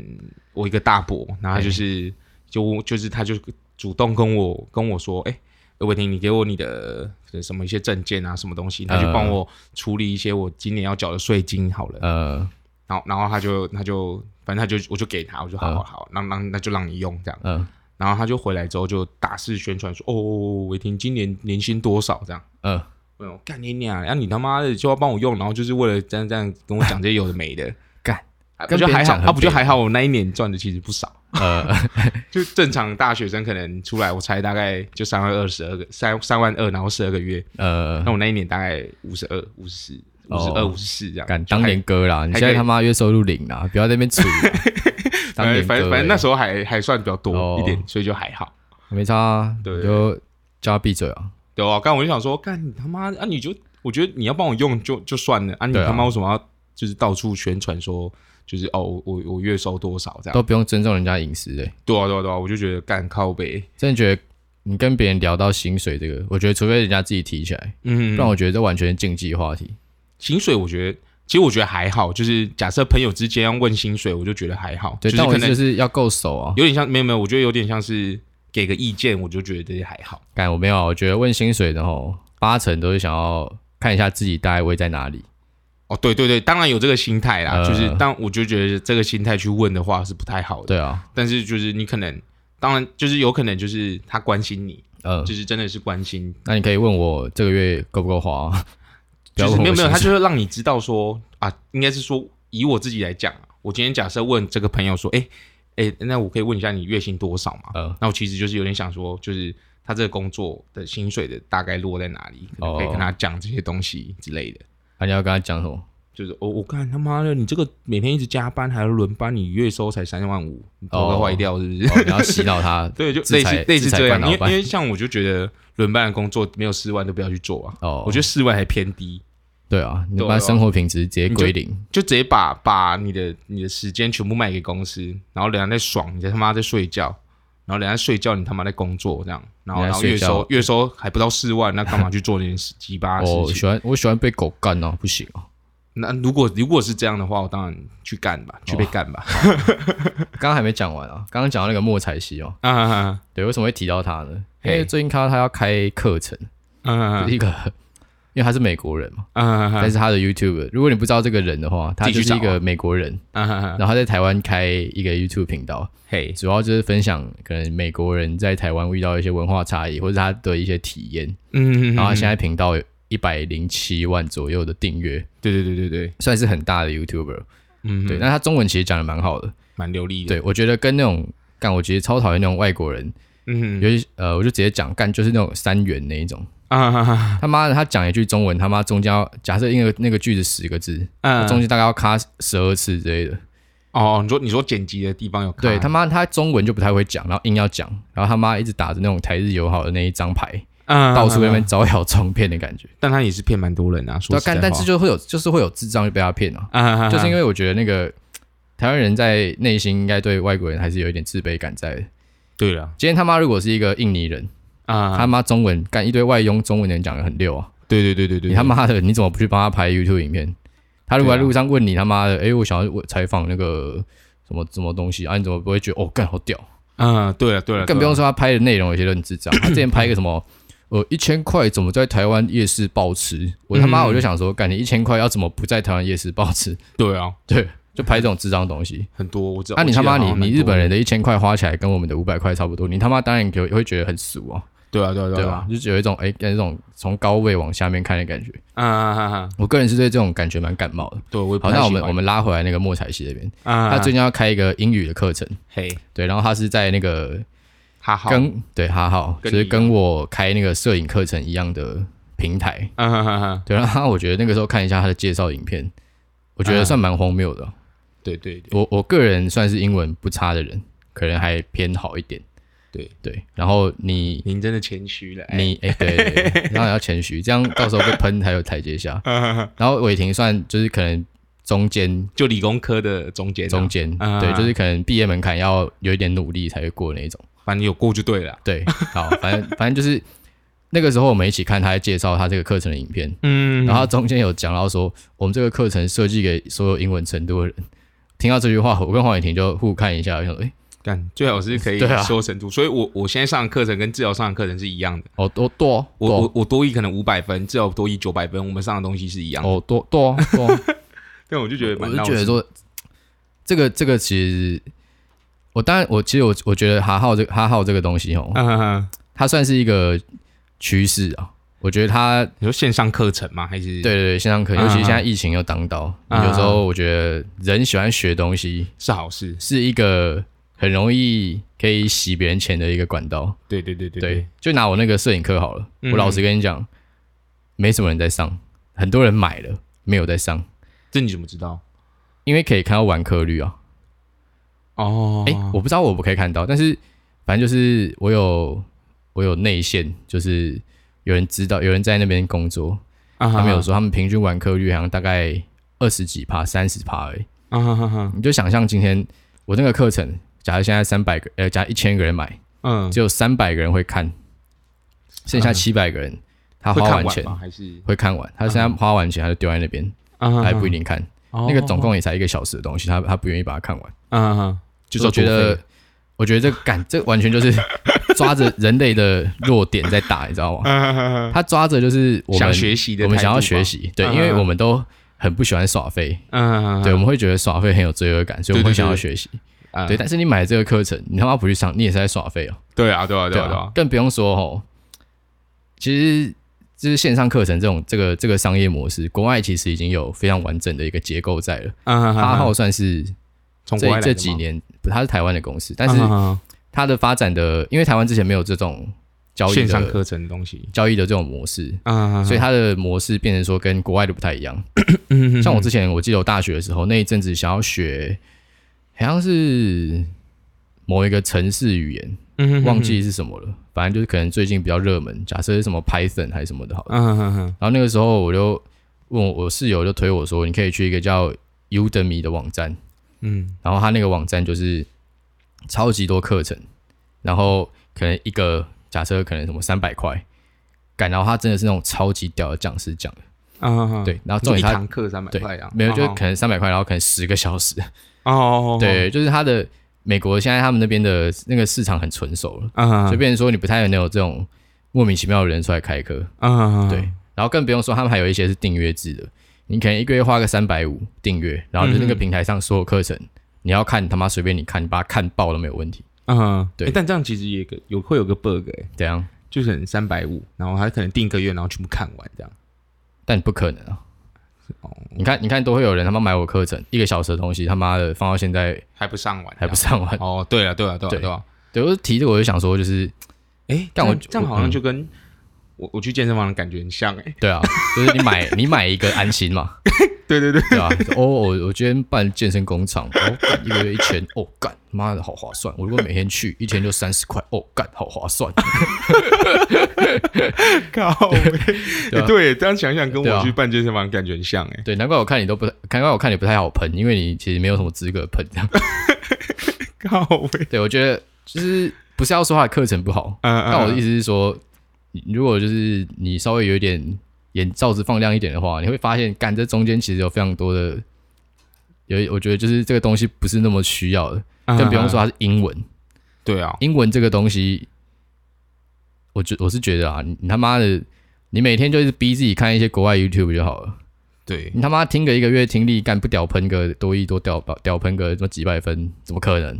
Speaker 2: 我一个大伯，然后他就是、就就是他就主动跟我跟我说，哎、伟霆，你给我你的什么一些证件啊，什么东西，他就帮我处理一些我今年要缴的税金好了。
Speaker 1: 呃
Speaker 2: 然后然后他就他就反正他就我就给他，我就好好好，那那那就让你用这样。
Speaker 1: 呃
Speaker 2: 然后他就回来之后就大肆宣传说，哦，伟霆今年年薪多少这样。
Speaker 1: 呃，
Speaker 2: 我说干你娘！然、啊后你他妈的就要帮我用，然后就是为了这样这样跟我讲这些有的没的，
Speaker 1: 干
Speaker 2: 啊。不
Speaker 1: 跟
Speaker 2: 就
Speaker 1: 别人
Speaker 2: 还好，
Speaker 1: 讲很
Speaker 2: 他、不就
Speaker 1: 别
Speaker 2: 还好？我那一年赚的其实不少，
Speaker 1: 呃，
Speaker 2: 就正常大学生可能出来，我才大概就三万二十二个三三万二，然后十二个月，
Speaker 1: 呃
Speaker 2: 那，我那一年大概五十二、五十、五十二、
Speaker 1: 哦
Speaker 2: 五十四这样。
Speaker 1: 敢
Speaker 2: 就还
Speaker 1: 当年哥啦！你现在他妈月收入零啦，不要在那边处。当
Speaker 2: 反
Speaker 1: 年哥，
Speaker 2: 正反正反正那时候还还算比较
Speaker 1: 哦
Speaker 2: 多一点，所以就还好。
Speaker 1: 候没差啊，
Speaker 2: 对
Speaker 1: 你就叫他闭嘴啊！
Speaker 2: 对啊，刚我就想说，干你他妈啊！你就我觉得你要帮我用就就算了啊！你
Speaker 1: 对啊
Speaker 2: 他妈为什么要就是到处宣传说就是哦我我我月收多少这样？
Speaker 1: 都不用尊重人家隐私诶，
Speaker 2: 对啊，对啊，对啊，我就觉得干靠背，
Speaker 1: 真的觉得你跟别人聊到薪水这个，我觉得除非人家自己提起来，
Speaker 2: 嗯
Speaker 1: 不然我觉得这完全是禁忌话题。
Speaker 2: 薪水我觉得，其实我觉得还好，就是假设朋友之间要问薪水，我就觉得还好，
Speaker 1: 对，
Speaker 2: 就是
Speaker 1: 但我
Speaker 2: 可
Speaker 1: 意思
Speaker 2: 能
Speaker 1: 就是要够熟啊。
Speaker 2: 有点像，没有没有，我觉得有点像是给个意见，我就觉得这些还好，
Speaker 1: 干我没有啊，我觉得问薪水的吼，八成都是想要看一下自己大概位在哪里。
Speaker 2: 哦，对对对，当然有这个心态啦，
Speaker 1: 呃
Speaker 2: 就是当我就觉得这个心态去问的话是不太好的，
Speaker 1: 对啊，
Speaker 2: 但是就是你可能，当然就是有可能就是他关心你，
Speaker 1: 嗯，
Speaker 2: 就是真的是关心，
Speaker 1: 那你可以问我这个月够不够花、啊不
Speaker 2: 就
Speaker 1: 要
Speaker 2: 是
Speaker 1: 问我
Speaker 2: 没有没有，
Speaker 1: 薪
Speaker 2: 他
Speaker 1: 水
Speaker 2: 就是让你知道说啊，应该是说以我自己来讲啊，我今天假设问这个朋友说，哎、哎、那我可以问一下你月薪多少吗？
Speaker 1: 嗯
Speaker 2: 那我其实就是有点想说，就是他这个工作的薪水的大概落在哪里，可能可以
Speaker 1: 哦
Speaker 2: 跟他讲这些东西之类的。
Speaker 1: 啊，你要跟他讲什么？
Speaker 2: 就是哦，我看他妈的，你这个每天一直加班还要轮班，你月收才三万五，你头
Speaker 1: 哦
Speaker 2: 都坏掉是不是？。
Speaker 1: 哦、你要洗脑他
Speaker 2: 对，就
Speaker 1: 制
Speaker 2: 类
Speaker 1: 裁
Speaker 2: 似类似
Speaker 1: 制裁
Speaker 2: 这样，因
Speaker 1: 惯
Speaker 2: 为
Speaker 1: 老板
Speaker 2: 因为像我就觉得轮班的工作没有四万都不要去做啊，
Speaker 1: 哦，
Speaker 2: 我觉
Speaker 1: 得
Speaker 2: 得四万还偏低，
Speaker 1: 对啊，你
Speaker 2: 对啊
Speaker 1: 把生活品质直接归零。
Speaker 2: 就直接把把你的你的时间全部卖给公司，然后人家在爽，你在他妈在睡觉，然后人家睡觉，你他妈在工作这样，然后
Speaker 1: 人
Speaker 2: 然
Speaker 1: 家
Speaker 2: 后
Speaker 1: 睡
Speaker 2: 月
Speaker 1: 觉
Speaker 2: 收月收还不到四万，那干嘛去做那件事鸡巴的
Speaker 1: 我
Speaker 2: 事
Speaker 1: 喜
Speaker 2: 情？
Speaker 1: 欢我喜欢被狗干哦，不行哦。
Speaker 2: 那如果如果是这样的话，我当然去干吧，
Speaker 1: 哦
Speaker 2: 去被干吧。
Speaker 1: 刚刚还没讲完啊，刚刚讲到那个莫彩希哦，
Speaker 2: 啊啊
Speaker 1: 对，为什么会提到他呢？因
Speaker 2: 嘿
Speaker 1: 为最近看到他要开课程，就
Speaker 2: 啊
Speaker 1: 是一个，因为他是美国人嘛，
Speaker 2: 啊
Speaker 1: 但是他的 YouTube，如果你不知道这个人的话，他
Speaker 2: 自己
Speaker 1: 就
Speaker 2: 去
Speaker 1: 是一
Speaker 2: 找啊
Speaker 1: 个美国人，
Speaker 2: 啊！
Speaker 1: 然后他在台湾开一个 YouTube 频道，
Speaker 2: 嘿，
Speaker 1: 主要就是分享可能美国人在台湾遇到一些文化差异，或者他的一些体验。
Speaker 2: 嗯，
Speaker 1: 然后他现
Speaker 2: 在
Speaker 1: 在频道一百零七万左右的订阅，
Speaker 2: 对对对对对，
Speaker 1: 算是很大的 YouTuber。
Speaker 2: 嗯，
Speaker 1: 对，那他中文其实讲的蛮好的。
Speaker 2: 蛮流利的，
Speaker 1: 对，我觉得跟那种干，我其实超讨厌那种外国人，
Speaker 2: 嗯
Speaker 1: 尤其呃，我就直接讲干，就是那种三元那一种。
Speaker 2: 啊哈哈，
Speaker 1: 他妈的，他讲一句中文，他妈中间要假设那个那个句子十个字，他
Speaker 2: 嗯，
Speaker 1: 中间大概要卡十二次之类的。
Speaker 2: 哦，你说你说剪辑的地方有卡
Speaker 1: 对他妈，他中文就不太会讲，然后硬要讲，然后他妈一直打着那种台日友好的那一张牌，
Speaker 2: 嗯
Speaker 1: 到处在那，
Speaker 2: 嗯
Speaker 1: 边招摇撞骗的感觉。
Speaker 2: 嗯但他也是骗蛮多人啊，说
Speaker 1: 对啊，
Speaker 2: 实在
Speaker 1: 干，
Speaker 2: 话
Speaker 1: 但是就会有，就是会有智障就被他骗啊。
Speaker 2: 啊哈哈，
Speaker 1: 就是因
Speaker 2: 为
Speaker 1: 为我觉得那个台湾人在内心应该对外国人还是有一点自卑感在的。
Speaker 2: 对了
Speaker 1: 今天他妈如果是一个印尼人，他
Speaker 2: 啊，
Speaker 1: 妈中文干一堆外佣，中文人讲的很溜啊，
Speaker 2: 对对对对对，
Speaker 1: 你他妈的你怎么不去帮他拍 YouTube 影片？他如果在
Speaker 2: 对啊
Speaker 1: 路上问你他妈的，哎、我想要问采访那个什么什么东西啊，你怎么不会觉得哦，干好屌？
Speaker 2: 嗯，对了对了，
Speaker 1: 更不
Speaker 2: 对
Speaker 1: 用
Speaker 2: 了
Speaker 1: 说他拍的内容有些都很智障，他之前拍一个什 么。呃，一千块怎么在台湾夜市暴吃？我他妈
Speaker 2: 嗯
Speaker 1: 我就想说，感觉一千块要怎么不在台湾夜市暴吃？
Speaker 2: 对啊，
Speaker 1: 对，就拍这种智障东西。
Speaker 2: 很多我知道，
Speaker 1: 啊那、你
Speaker 2: 我记
Speaker 1: 他
Speaker 2: 得
Speaker 1: 妈
Speaker 2: 好像
Speaker 1: 你
Speaker 2: 蛮
Speaker 1: 你
Speaker 2: 多
Speaker 1: 日本人的一千块花起来跟我们的五百块差不多，你他妈当然就会觉得很俗啊，
Speaker 2: 对啊对啊
Speaker 1: 对
Speaker 2: 对
Speaker 1: 吧
Speaker 2: 啊，？
Speaker 1: 就是有一种哎，那、种从高位往下面看的感觉。
Speaker 2: 啊哈哈，
Speaker 1: 我个人是对这种感觉蛮感冒的。
Speaker 2: 对，我也不
Speaker 1: 好，
Speaker 2: 太
Speaker 1: 那我
Speaker 2: 喜
Speaker 1: 们
Speaker 2: 欢
Speaker 1: 我们拉回来那个莫彩西那边，
Speaker 2: 啊，
Speaker 1: 他最近要开一个英语的课程，
Speaker 2: 嘿，
Speaker 1: 对，然后他是在那个
Speaker 2: 哈好，
Speaker 1: 跟对哈好，就
Speaker 2: 跟
Speaker 1: 是
Speaker 2: 你
Speaker 1: 跟我开那个摄影课程一样的平台，
Speaker 2: 啊哈哈哈，
Speaker 1: 对，然后他我觉得那个时候看一下他的介绍影片，我觉得
Speaker 2: 嗯
Speaker 1: 算蛮荒谬的。哦
Speaker 2: 对对对，
Speaker 1: 我我个人算是英文不差的人，可能还偏好一点。
Speaker 2: 对
Speaker 1: 对，然后你
Speaker 2: 您真的谦虚了，哎
Speaker 1: 你哎、对对对，对然后也要谦虚，这样到时候被喷才有台阶 下。
Speaker 2: 啊哈哈
Speaker 1: 然后伟霆算就是可能中间
Speaker 2: 就理工科的中间啊
Speaker 1: 中，间，
Speaker 2: 嗯
Speaker 1: 对，就是可能毕业门槛要有一点努力才会过那一种。
Speaker 2: 反正有过就对了，
Speaker 1: 对，好，反正反正就是那个时候我们一起看他在介绍他这个课程的影片，
Speaker 2: 嗯
Speaker 1: 然后他中间有讲到说我们这个课程设计给所有英文程度的人。听到这句话，我跟黄伟霆就互看一下，我想说，哎、
Speaker 2: 干最好是可以
Speaker 1: 对啊
Speaker 2: 说程度，所以我我现在上的课程跟治疗上的课程是一样的。
Speaker 1: 哦，多多哦，
Speaker 2: 我
Speaker 1: 多哦
Speaker 2: 我我多一可能五百分，至少多一九百分，我们上的东西是一样的。
Speaker 1: 哦，多多多，
Speaker 2: 但我就觉得
Speaker 1: 我
Speaker 2: 蛮
Speaker 1: 就
Speaker 2: 闹
Speaker 1: 觉得
Speaker 2: 心，
Speaker 1: 说，这个这个其实，我当然我其实我我觉得哈号这个哈号这个东西哦，
Speaker 2: 嗯哼哼，
Speaker 1: 它算是一个趋势啊。我觉得它
Speaker 2: 你说线上课程吗？还是
Speaker 1: 对对对，线上课，尤其
Speaker 2: 嗯嗯
Speaker 1: 现在疫情又当道，
Speaker 2: 嗯
Speaker 1: 有时候我觉得人喜欢学东西
Speaker 2: 是好事？
Speaker 1: 是一个很容易可以洗别人钱的一个管道。
Speaker 2: 对对对对
Speaker 1: 对，就拿我那个摄影课好了，
Speaker 2: 嗯
Speaker 1: 我老实跟你讲，没什么人在上，很多人买了没有在上，
Speaker 2: 这你怎么知道？
Speaker 1: 因为可以看到完课率啊。
Speaker 2: 哦，
Speaker 1: 哎、我不知道我不可以看到，但是反正就是我有我有内线，就是有人知道，有人在那边工作，
Speaker 2: 啊
Speaker 1: 他
Speaker 2: 哈
Speaker 1: 们有说他们平均完课率好像大概二十几趴、三十趴而已。
Speaker 2: 啊哈哈哈，
Speaker 1: 你就想象今天我那个课程，假如现在三百个，呃，假如一千个人买，
Speaker 2: 嗯，
Speaker 1: 只有三百个人会看，剩下七百个人他
Speaker 2: 会
Speaker 1: 花
Speaker 2: 看
Speaker 1: 完钱
Speaker 2: 吗？嗯还是
Speaker 1: 会看完，他现在花完钱他就丢在那边，他还不一
Speaker 2: 定
Speaker 1: 定看。
Speaker 2: 那
Speaker 1: 那个总共也才一个小时的东西，他他不愿意把它看完。
Speaker 2: 嗯哼，
Speaker 1: 就是我觉得，我觉得这感这完全就是抓着人类的弱点在打，你知道吗？
Speaker 2: 嗯，
Speaker 1: 他抓着就是我
Speaker 2: 想
Speaker 1: 们
Speaker 2: 学习的，
Speaker 1: 我们想要学，习，对，
Speaker 2: 嗯
Speaker 1: 因为我们都很不喜欢耍废，
Speaker 2: 嗯，
Speaker 1: 对，我们会觉得耍废很有罪恶感，所以我们会
Speaker 2: 对对对
Speaker 1: 想要学习，
Speaker 2: 嗯
Speaker 1: 对。但是你买这个课程，你他妈不去上，你也是在耍废哦，
Speaker 2: 对啊，对啊，对啊，对
Speaker 1: 啊
Speaker 2: 啊，，
Speaker 1: 更不用说哦，其实。就是线上课程这种这个这个商业模式，国外其实已经有非常完整的一个结构在了。
Speaker 2: 嗯，
Speaker 1: 哈号算是
Speaker 2: 从国
Speaker 1: 这
Speaker 2: 外来
Speaker 1: 这
Speaker 2: 的
Speaker 1: 几
Speaker 2: 吗，
Speaker 1: 年，不，它是台湾的公司，但是
Speaker 2: 嗯哼
Speaker 1: 它的发展的，因为台湾之前没有这种交易
Speaker 2: 线上
Speaker 1: 的
Speaker 2: 课程的东西，
Speaker 1: 交易的这种模式，
Speaker 2: 嗯，
Speaker 1: 所以它的模式变成说跟国外的不太一样。
Speaker 2: 以
Speaker 1: 像我之前我记得我大学的时候那一阵子想要学，好像是某一个城市语言，
Speaker 2: 嗯
Speaker 1: 忘记是什么了，反正就是可能最近比较热门，假设是什么 Python 还是什么的好了。
Speaker 2: 嗯哼哼，
Speaker 1: 然后那个时候我就问我我室友就推我说，你可以去一个叫 Udemy 的网站。
Speaker 2: 嗯
Speaker 1: 然后他那个网站就是超级多课程，然后可能一个假设可能什么三百块，干，然后他真的是那种超级屌的讲师讲的，
Speaker 2: 嗯，
Speaker 1: 对，然后重
Speaker 2: 做一
Speaker 1: 点他
Speaker 2: 堂课三百
Speaker 1: 对
Speaker 2: 块啊，
Speaker 1: 没有就是
Speaker 2: 哦
Speaker 1: 可能三百块，然后可能十个小时，
Speaker 2: 哦，
Speaker 1: 对，就是他的美国现在他们那边的那个市场很成熟了，
Speaker 2: 嗯，
Speaker 1: 就变成说你不太能有这种莫名其妙的人出来开课，
Speaker 2: 嗯，
Speaker 1: 对，然后更不用说他们还有一些是订阅制的，你可能一个月花个三百五订阅，然后就是那个
Speaker 2: 嗯哼
Speaker 1: 平台上所有课程。你要看他妈随便你看，你把它看爆都没有问题。
Speaker 2: 嗯，
Speaker 1: 对
Speaker 2: 对。但这样其实也有个有会有个 bug 哎，
Speaker 1: 怎样？
Speaker 2: 就是很三百五，然后他可能定一个月，然后全部看完这样。
Speaker 1: 但不可能啊！你看，你看，都会有人他妈买我课程一个小时的东西，他妈的放到现在
Speaker 2: 还不上完，
Speaker 1: 还不上 完。
Speaker 2: 哦，对了，对了，对了，
Speaker 1: 对
Speaker 2: 对了，
Speaker 1: 对，我就提这个，我就想说，就是
Speaker 2: 哎，
Speaker 1: 但我嗯
Speaker 2: 这样这样好像就跟我我去健身房的感觉很像哎，
Speaker 1: 对啊，就是你买你买一个安心嘛，
Speaker 2: 对对 对，
Speaker 1: 对吧、哦，我我今天办健身工厂，哦，干一个月一千，哦，干妈的好划算！我如果每天去，一天就三十块，哦，干好划算。
Speaker 2: 靠，
Speaker 1: 对啊
Speaker 2: 哎对，这样想一想跟
Speaker 1: 对啊
Speaker 2: 我去办健身房的感觉很像哎，
Speaker 1: 对，难怪我看你都不，难怪我看你不太好喷，因为你其实没有什么资格喷。这样，
Speaker 2: 靠喂，
Speaker 1: 对我觉得就是不是要说他的课程不好，
Speaker 2: 嗯
Speaker 1: 但我的意
Speaker 2: 思
Speaker 1: 思是说，你如果就是你稍微有一点眼罩子放亮一点的话，你会发现，干这中间其实有非常多的，有我觉得就是这个东西不是那么需要的，
Speaker 2: 嗯
Speaker 1: 更不用说，它是英文，
Speaker 2: 对啊，
Speaker 1: 英文这个东西，我觉我是觉得啊，你你他妈的，你每天就是逼自己看一些国外 YouTube 就好了，
Speaker 2: 对，
Speaker 1: 你他妈听个一个月听力干不屌喷个多一多屌屌喷个什么几百分，怎么可能？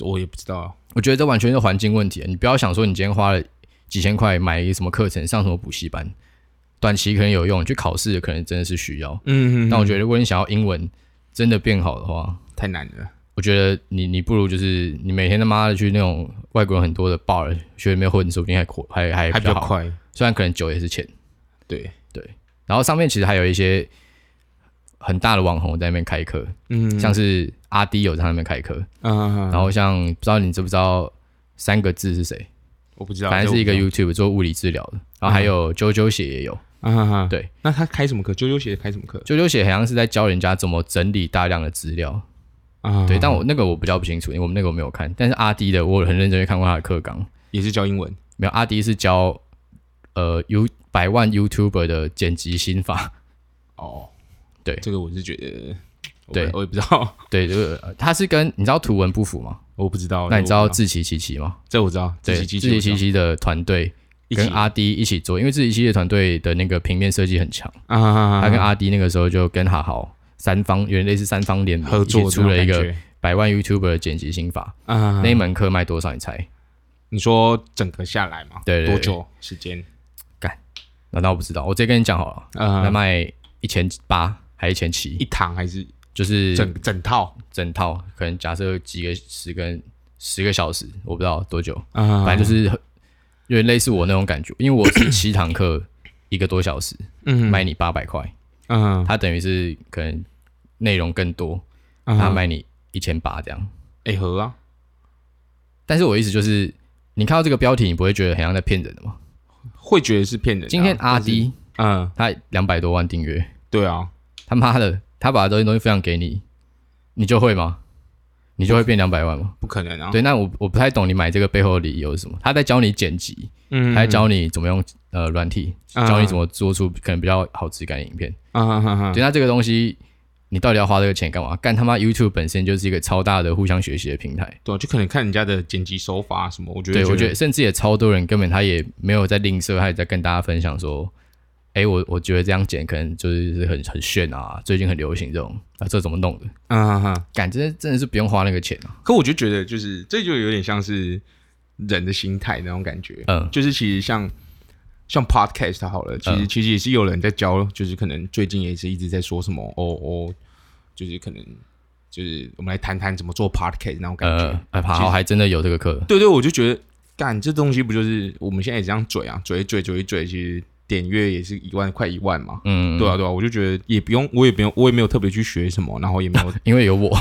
Speaker 2: 我也不知道，
Speaker 1: 我觉得这完全是环境问题。啊你不要想说你今天花了几千块买一个什么课程，上什么补习班，短期可能有用，你去考试可能真的是需要。
Speaker 2: 嗯
Speaker 1: 但我觉
Speaker 2: 得
Speaker 1: 得如果你想要英文真的变好的话，
Speaker 2: 太难了，
Speaker 1: 我觉得你你不如就是你每天他妈的去那种外国人很多的 bar 去那边混，说不定还快还还比
Speaker 2: 还比
Speaker 1: 较
Speaker 2: 较
Speaker 1: 好。
Speaker 2: 快，
Speaker 1: 虽然可能酒也是钱，
Speaker 2: 对，
Speaker 1: 然后上面其实还有一些很大的网红在那边开课，
Speaker 2: 嗯，
Speaker 1: 像是阿迪有在那边开课，
Speaker 2: 嗯，
Speaker 1: 然后像不知道你知不知道三个字是谁？
Speaker 2: 我不知道，
Speaker 1: 反正是一个
Speaker 2: 这我
Speaker 1: YouTube 做物理治疗的，然后还
Speaker 2: 嗯
Speaker 1: 有啾啾鞋也有，
Speaker 2: 不知道啊哈，
Speaker 1: 对。
Speaker 2: 那他开什么课？啾啾鞋开什么课？
Speaker 1: 啾啾鞋好像是在教人家怎么整理大量的资料，
Speaker 2: 啊，
Speaker 1: 对，但我那个我比较不清楚，因为我们那个我没有看，但是阿迪的我有很认真去看过他的课纲，
Speaker 2: 也是教英文，
Speaker 1: 没有阿迪是教呃 U 百万 YouTuber 的剪辑心法，
Speaker 2: 哦，
Speaker 1: 对
Speaker 2: 这个我是觉得，我
Speaker 1: 对
Speaker 2: 我也不知道，
Speaker 1: 对，就是呃他是跟你知道图文不符吗？
Speaker 2: 我不知道。
Speaker 1: 那你知
Speaker 2: 这
Speaker 1: 道
Speaker 2: 哦我不
Speaker 1: 自奇奇奇吗？
Speaker 2: 这我知道，
Speaker 1: 对，
Speaker 2: 己
Speaker 1: 自
Speaker 2: 机
Speaker 1: 奇奇
Speaker 2: 我知道
Speaker 1: 奇的团队
Speaker 2: 一
Speaker 1: 跟
Speaker 2: 起啊
Speaker 1: 阿迪一起做，因为自奇奇的团队的那个平面设计很强。
Speaker 2: 啊啊啊，
Speaker 1: 他
Speaker 2: 啊
Speaker 1: 跟阿迪那个时候就跟哈豪三方，有点类似三方联名
Speaker 2: 合作
Speaker 1: 一起
Speaker 2: 这
Speaker 1: 出
Speaker 2: 种
Speaker 1: 了一
Speaker 2: 感
Speaker 1: 个
Speaker 2: 觉
Speaker 1: 百万 YouTuber 的剪辑心法。
Speaker 2: 啊啊，啊
Speaker 1: 那一门课卖多少？你猜？
Speaker 2: 你说整个下来嘛，
Speaker 1: 对对
Speaker 2: 多
Speaker 1: 对
Speaker 2: 久时间？
Speaker 1: 难道我不知道？我直接跟你讲好了，那
Speaker 2: 呃，
Speaker 1: 卖一千八还一千
Speaker 2: 一
Speaker 1: 七，
Speaker 2: 堂还是
Speaker 1: 就是
Speaker 2: 整整套？
Speaker 1: 整套，可能假设几个十个十个小时，我不知道多久，
Speaker 2: 啊
Speaker 1: 反正就是很有点类似我那种感觉，因为我是七堂课一个多小时，
Speaker 2: 嗯
Speaker 1: 卖你八百块，
Speaker 2: 嗯，
Speaker 1: 他等于是可能内容更多，他
Speaker 2: 他
Speaker 1: 卖你一千八这样。
Speaker 2: 啊哎合啊，
Speaker 1: 但是我的意思就是，你看到这个标题，你不会觉得很像在骗人的吗？
Speaker 2: 会觉得是骗人的啊。
Speaker 1: 今天阿
Speaker 2: 但是，
Speaker 1: 迪
Speaker 2: 嗯，
Speaker 1: 他两百多万订阅，
Speaker 2: 对啊，
Speaker 1: 他妈的，他把这些东西分享给你，你就会吗？你就会变两百万吗？
Speaker 2: 不可能啊。
Speaker 1: 对，那我我不太懂你买这个背后的理由是什么？他在教你剪辑，
Speaker 2: 嗯，
Speaker 1: 他在
Speaker 2: 还
Speaker 1: 教你怎么用呃软体，
Speaker 2: 嗯
Speaker 1: 教你怎么做出可能比较好质感的影片。
Speaker 2: 啊啊啊啊
Speaker 1: 对，那这个东西你到底要花这个钱干嘛？干他妈 YouTube 本身就是一个超大的互相学习的平台。
Speaker 2: 对啊，就可能看人家的剪辑手法啊什么，我觉得
Speaker 1: 对，我觉得甚至也超多人根本他也没有在吝啬，他也在跟大家分享说，哎、我我觉得这样剪可能就是很很炫啊，最近很流行这种啊，这怎么弄的？
Speaker 2: 啊啊啊，
Speaker 1: 感真的真的是不用花那个钱啊。
Speaker 2: 可我就觉得，就是这就有点像是人的心态那种感觉。
Speaker 1: 嗯
Speaker 2: 就是其实像像 podcast 好了，其实、
Speaker 1: 嗯
Speaker 2: 其实也是有人在教，就是可能最近也是一直在说什么哦哦，就是可能就是我们来谈谈怎么做 podcast 那种感觉。
Speaker 1: 呃，哎，好，还真的有这个课，
Speaker 2: 对对，我就觉得干这东西不就是我们现在也这样嘴啊，嘴一嘴嘴一嘴，其实点阅也是一万快一万嘛。
Speaker 1: 嗯，
Speaker 2: 对啊，对啊，我就觉得也不用，我也不用，我也没有特别去学什么，然后也没有
Speaker 1: 因为有我，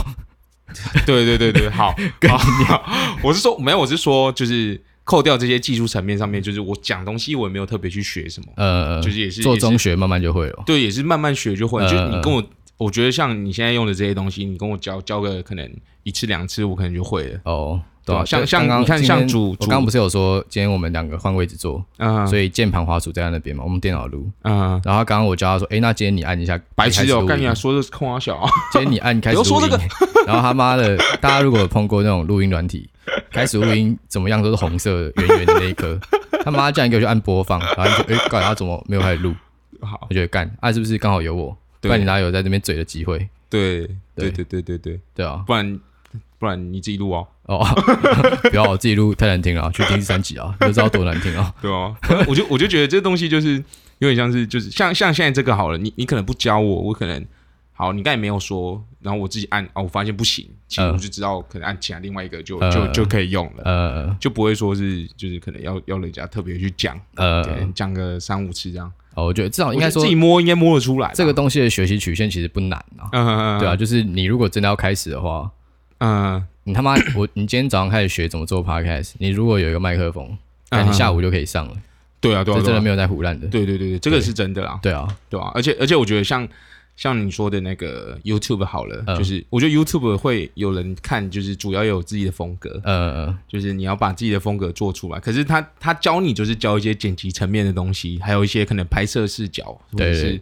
Speaker 2: 对对对 对，好，好，好 我是说没有，我是说就是扣掉这些技术层面上面，就是我讲东西我也没有特别去学什么，
Speaker 1: 呃，
Speaker 2: 就是也是
Speaker 1: 做
Speaker 2: 也是
Speaker 1: 中学慢慢就会了。
Speaker 2: 对，也是慢慢学就会。
Speaker 1: 嗯
Speaker 2: 就是你跟我，我觉得像你现在用的这些东西，你跟我教教个可能一次两次，我可能就会了。
Speaker 1: 哦，对
Speaker 2: 对
Speaker 1: 啊，
Speaker 2: 啊像
Speaker 1: 对
Speaker 2: 像
Speaker 1: 刚刚
Speaker 2: 你看
Speaker 1: 今天
Speaker 2: 像主
Speaker 1: 我
Speaker 2: 主
Speaker 1: 刚刚不是有说今天我们两个换位置坐，
Speaker 2: 嗯
Speaker 1: 所以键盘滑鼠在他那边嘛，我们电脑录。
Speaker 2: 嗯，
Speaker 1: 然后刚刚我教他说，哎，那今天你按一下，
Speaker 2: 白痴
Speaker 1: 开始
Speaker 2: 哦，
Speaker 1: 录
Speaker 2: 干你
Speaker 1: 音
Speaker 2: 啊，说的是空 啊小啊，
Speaker 1: 今天你按开始
Speaker 2: 不要说
Speaker 1: 录音，欸
Speaker 2: 这
Speaker 1: 然后他妈的，大家如果有碰过那种录音软体，开始录音怎么样都是红色的圆圆的那一颗， 他妈竟然给我去按播放，然后就哎，干、他怎么没有开始录？
Speaker 2: 好，
Speaker 1: 我觉得干，啊是不是刚好有我？不
Speaker 2: 对
Speaker 1: 然你哪有在这边嘴的机会？
Speaker 2: 对
Speaker 1: 对
Speaker 2: 对对对对对，
Speaker 1: 对啊，
Speaker 2: 不然不然你自己录哦，
Speaker 1: 哦， 不要我自己录太难听了，去听第三集啊，就知道多难听啊。
Speaker 2: 对哦，我就我就觉得这东西就是有点像是就是像像现在这个好了，你你可能不教我，我可能好，你刚才没有说，然后我自己按哦，我发现不行，其实
Speaker 1: 呃
Speaker 2: 我就知道可能按其他另外一个就、
Speaker 1: 呃
Speaker 2: 就就可以用了，
Speaker 1: 呃
Speaker 2: 就不会说是就是可能要要人家特别去讲，
Speaker 1: 呃
Speaker 2: 对，，讲个三五次这样，
Speaker 1: 哦，我觉得至少应该
Speaker 2: 我觉得
Speaker 1: 说
Speaker 2: 自己摸应该摸得出来吧
Speaker 1: 这个，东西的学习曲线其实不难啊，
Speaker 2: 嗯嗯嗯
Speaker 1: 对啊，就是你如果真的要开始的话，
Speaker 2: 嗯
Speaker 1: 你他妈我你今天早上开始学怎么做 podcast，你如果有一个麦克风，那
Speaker 2: 嗯
Speaker 1: 你下午就可以上了，
Speaker 2: 对啊对啊
Speaker 1: 这真
Speaker 2: 对
Speaker 1: 的
Speaker 2: 啊
Speaker 1: 没有在胡乱的，
Speaker 2: 对对对对，这个是真的啦，
Speaker 1: 对啊，
Speaker 2: 对啊，而且而且我觉得像像你说的那个 YouTube 好了，
Speaker 1: 嗯
Speaker 2: 就是我觉得 YouTube 会有人看，就是主要有自己的风格，
Speaker 1: 呃，
Speaker 2: 就是你要把自己的风格做出来。可是他他教你就是教一些剪辑层面的东西，还有一些可能拍摄视角或者
Speaker 1: 对
Speaker 2: 是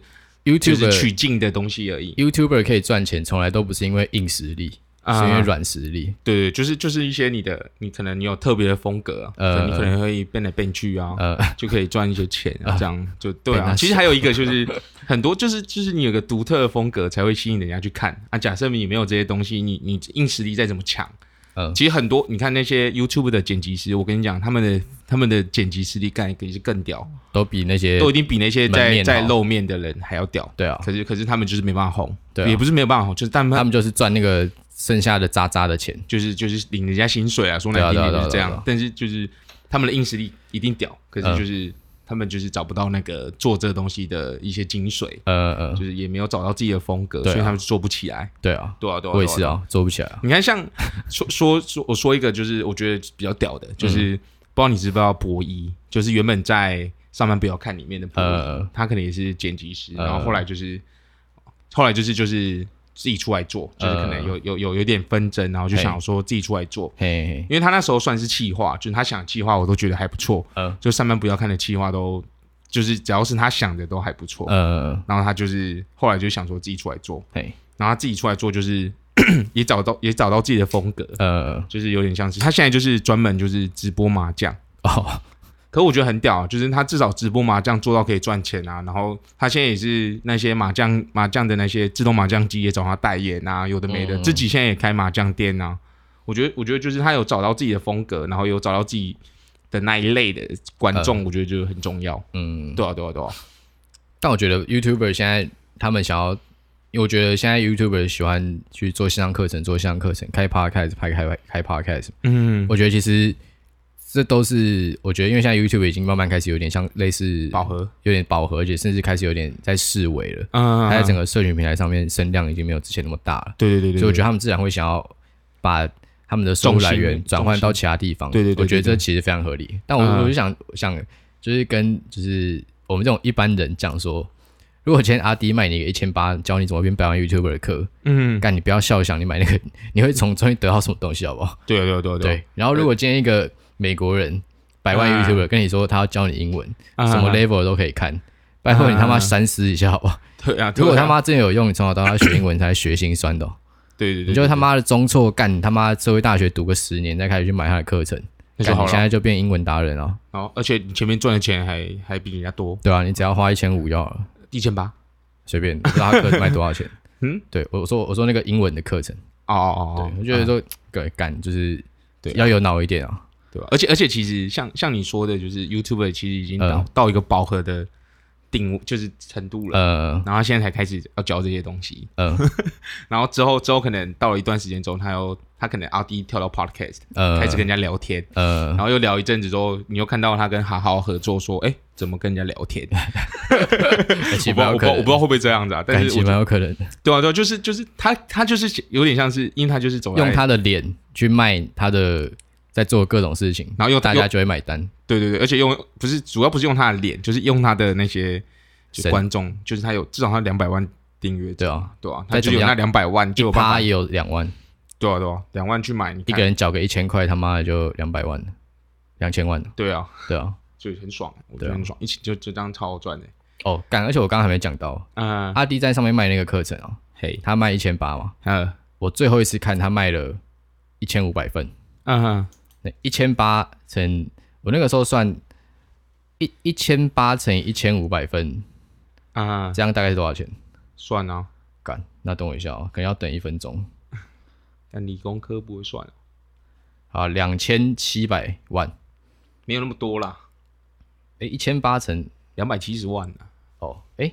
Speaker 2: 就是
Speaker 1: YouTube
Speaker 2: 取景的东西而已。
Speaker 1: YouTuber 可以赚钱，从来都不是因为硬实力，
Speaker 2: 啊
Speaker 1: 是因为软实力，
Speaker 2: 对对，就是就是一些你的，你可能你有特别的风格啊，
Speaker 1: 呃
Speaker 2: 你可能会变来变去啊，
Speaker 1: 呃，
Speaker 2: 就可以赚一些钱啊，这样就对
Speaker 1: 被那
Speaker 2: 啊。
Speaker 1: 笑
Speaker 2: 其实还有一个就是 很多就是就是你有个独特的风格才会吸引人家去看啊。假设你没有这些东西，你你硬实力再怎么强，
Speaker 1: 嗯
Speaker 2: 其实很多你看那些 YouTube 的剪辑师，我跟你讲，他们的他们的剪辑实力干可以是更屌，
Speaker 1: 都比那些
Speaker 2: 都已经比那些
Speaker 1: 门
Speaker 2: 在
Speaker 1: 面
Speaker 2: 在
Speaker 1: 好
Speaker 2: 露面的人还要屌。
Speaker 1: 对啊，
Speaker 2: 可是可是他们就是没办法红，
Speaker 1: 对啊
Speaker 2: 也不是没有办法红，就是但
Speaker 1: 他
Speaker 2: 他们
Speaker 1: 们就是赚那个剩下的渣渣的钱，
Speaker 2: 就是就是领人家薪水啊，说难听
Speaker 1: 对啊
Speaker 2: 点
Speaker 1: 对
Speaker 2: 就
Speaker 1: 啊
Speaker 2: 是这
Speaker 1: 对啊对啊
Speaker 2: 样。但是就是他们的硬实力一定屌，可是
Speaker 1: 嗯
Speaker 2: 就是他们就是找不到那个做这个东西的一些精髓，
Speaker 1: 呃呃，
Speaker 2: 就是也没有找到自己的风格，
Speaker 1: 对啊
Speaker 2: 所以他们做不起来。
Speaker 1: 对啊，
Speaker 2: 对啊，对啊，
Speaker 1: 我也是
Speaker 2: 对啊。
Speaker 1: 啊，做不起来啊，
Speaker 2: 你看，像说说说，我说一个，就是我觉得比较屌的，
Speaker 1: 嗯
Speaker 2: 就是、不知道你知不知道博一，就是原本在上班不要看里面的博一，
Speaker 1: 呃
Speaker 2: 他可能也是剪辑师，
Speaker 1: 呃
Speaker 2: 然后后来就是后来就是就是自己出来做，就是可能有有有有点纷争，然后就
Speaker 1: 呃嘿
Speaker 2: 想说自己出来做，
Speaker 1: 嘿嘿，
Speaker 2: 因为他那时候算是气话，就是他想气话，我都觉得还不错，
Speaker 1: 呃
Speaker 2: 就上班不要看的气话都就是只要是他想的都还不错，
Speaker 1: 呃，
Speaker 2: 然后他就是后来就想说自己出来做，
Speaker 1: 嘿，
Speaker 2: 然后他自己出来做就是 也找到也找到自己的风格，
Speaker 1: 呃，
Speaker 2: 就是有点像是他现在就是专门就是直播麻将。
Speaker 1: 哦，
Speaker 2: 可我觉得很屌啊，就是他至少直播麻将做到可以赚钱啊，然后他现在也是那些麻将麻将的那些自动麻将机也找他代言啊，有的没的，
Speaker 1: 嗯
Speaker 2: 自己现在也开麻将店啊。我觉得，我觉得就是他有找到自己的风格，然后有找到自己的那一类的观众，我觉得就是很重要。
Speaker 1: 嗯，
Speaker 2: 对啊，对啊，对啊，
Speaker 1: 但我觉得 YouTuber 现在他们想要，因为我觉得现在 YouTuber 喜欢去做线上课程，做线上课程，开 Podcast，拍开开 Podcast，
Speaker 2: 嗯，
Speaker 1: 我觉得其实这都是我觉得，因为现在 YouTube 已经慢慢开始有点像类似
Speaker 2: 饱，和，
Speaker 1: 有点饱和，而且甚至开始有点在示威了。
Speaker 2: 嗯，
Speaker 1: 它在整个社群平台上面声量已经没有之前那么大了，
Speaker 2: 对对对对，
Speaker 1: 所以我觉得
Speaker 2: 得
Speaker 1: 他们自然会想要把他们的收入来
Speaker 2: 重
Speaker 1: 源
Speaker 2: 心
Speaker 1: 转换到其他地方。
Speaker 2: 对对对对
Speaker 1: 我觉得这其实非常合理。但我
Speaker 2: 嗯
Speaker 1: 我就想想，就是跟就是我们这种一般人讲说。如果今天阿迪卖你一个一千八，教你怎么变百万 YouTuber 的课，
Speaker 2: 嗯，
Speaker 1: 干你不要笑想你买那个， 你会从中间得到什么东西，好不好？
Speaker 2: 对啊对啊对啊啊，
Speaker 1: 对，然后如果今天一个美国人百万
Speaker 2: 啊
Speaker 1: YouTuber 跟你说他要教你英文，
Speaker 2: 啊
Speaker 1: 什么 level 都可以看，拜托你他妈
Speaker 2: 啊
Speaker 1: 三思一下好不 好？
Speaker 2: 对啊，对啊
Speaker 1: 如果他，妈真的有用，你从小到大学英文才学心酸的哦，
Speaker 2: 对对对，
Speaker 1: 你就他妈的中辍干，你他妈社会大学读个十年再开始去买他的课程，
Speaker 2: 那就
Speaker 1: 干
Speaker 2: 好
Speaker 1: 你现
Speaker 2: 了。
Speaker 1: 在就变英文达人了，
Speaker 2: 然后，而且你前面赚的钱还还比人家多，
Speaker 1: 对啊，你只要花一千五要了，
Speaker 2: 一千八。
Speaker 1: 随便，不知道他课卖多少钱。
Speaker 2: 嗯，
Speaker 1: 对我我说我说那个英文的课程，
Speaker 2: 哦哦哦
Speaker 1: 对
Speaker 2: 哦，，
Speaker 1: 我觉得说对干就是
Speaker 2: 对啊
Speaker 1: 要有脑一点啊，
Speaker 2: 对吧？而且而且，其实像像你说的，就是 YouTube 其实已经到、
Speaker 1: 嗯
Speaker 2: 到一个饱和的定就是程度了，
Speaker 1: 呃
Speaker 2: 然后现在才开始要教这些东西，
Speaker 1: 呃
Speaker 2: 然后之后之后可能到了一段时间之后，他又他可能阿迪跳到 Podcast、
Speaker 1: 呃
Speaker 2: 开始跟人家聊天。
Speaker 1: 呃
Speaker 2: 然后又聊一阵子之后，你又看到他跟好好合作，说：“哎，怎么跟人家聊 天？”我
Speaker 1: 呃其实
Speaker 2: 不知道，
Speaker 1: 蛮
Speaker 2: 我
Speaker 1: 有可能
Speaker 2: 不知道，我不知道会不会这样子啊。但
Speaker 1: 感
Speaker 2: 是我
Speaker 1: 情
Speaker 2: 觉
Speaker 1: 蛮
Speaker 2: 得，
Speaker 1: 有可能
Speaker 2: 对啊，对啊，就是就是他，他就是有点像是，因为他就是走在
Speaker 1: 用，他的脸去卖他的在做各种事情，
Speaker 2: 然后又
Speaker 1: 大
Speaker 2: 又
Speaker 1: 家就会买单。
Speaker 2: 对对对，而且用不是主要不是用他的脸，就是用他的那些就
Speaker 1: 神
Speaker 2: 观众，就是他有至少他两百万订阅者，
Speaker 1: 对啊，
Speaker 2: 对啊，他
Speaker 1: 再
Speaker 2: 就
Speaker 1: 怎么
Speaker 2: 有那
Speaker 1: 样
Speaker 2: 两百万就有办
Speaker 1: 他
Speaker 2: 法，
Speaker 1: 也有两万，
Speaker 2: 对啊对啊，两万去买你
Speaker 1: 一
Speaker 2: 看
Speaker 1: 个人缴个一千块，他妈的就两百万了，两千万了。
Speaker 2: 对啊，
Speaker 1: 对啊，
Speaker 2: 就很爽，我觉
Speaker 1: 对
Speaker 2: 得
Speaker 1: 啊
Speaker 2: 很爽，一起就就这样超好赚的，
Speaker 1: 哦，干！而且我刚刚还没讲到，
Speaker 2: 嗯，
Speaker 1: 阿迪在上面卖那个课程哦，
Speaker 2: 嘿，
Speaker 1: 他卖一千八嘛，
Speaker 2: 嗯
Speaker 1: 我最后一次看他卖了一千五百份，
Speaker 2: 嗯
Speaker 1: 那一千八乘我那个时候算一一千八乘以一千五百份，
Speaker 2: 嗯，
Speaker 1: 这样大概是多少钱？
Speaker 2: 算啊，
Speaker 1: 干，那等我一下哦，可能要等一分钟。
Speaker 2: 但理工科不会算，啊
Speaker 1: 好，两千七百万。
Speaker 2: 没有那么多啦，
Speaker 1: 诶，一千八乘
Speaker 2: 两百七十万啊，
Speaker 1: 哦，哎、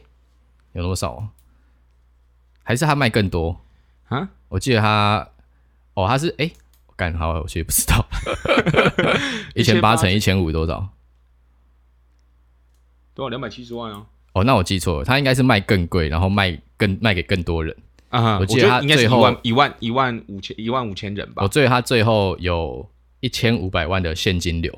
Speaker 1: 有那么少、啊？还是他卖更多？
Speaker 2: 啊，
Speaker 1: 我记得他，哦，他是哎，干、好，我其实不知 道，一千八乘一千五多少？
Speaker 2: 对啊，两百七十万啊。
Speaker 1: 哦，那我记错了，他应该是卖更贵，然后卖更卖给更多人。
Speaker 2: 啊，
Speaker 1: 我
Speaker 2: 我
Speaker 1: 记得
Speaker 2: 觉
Speaker 1: 他
Speaker 2: 应该是
Speaker 1: 最
Speaker 2: 一
Speaker 1: 后
Speaker 2: 万一万一万五千一万五千人吧
Speaker 1: 我。最他最后有一千五百万的现金流，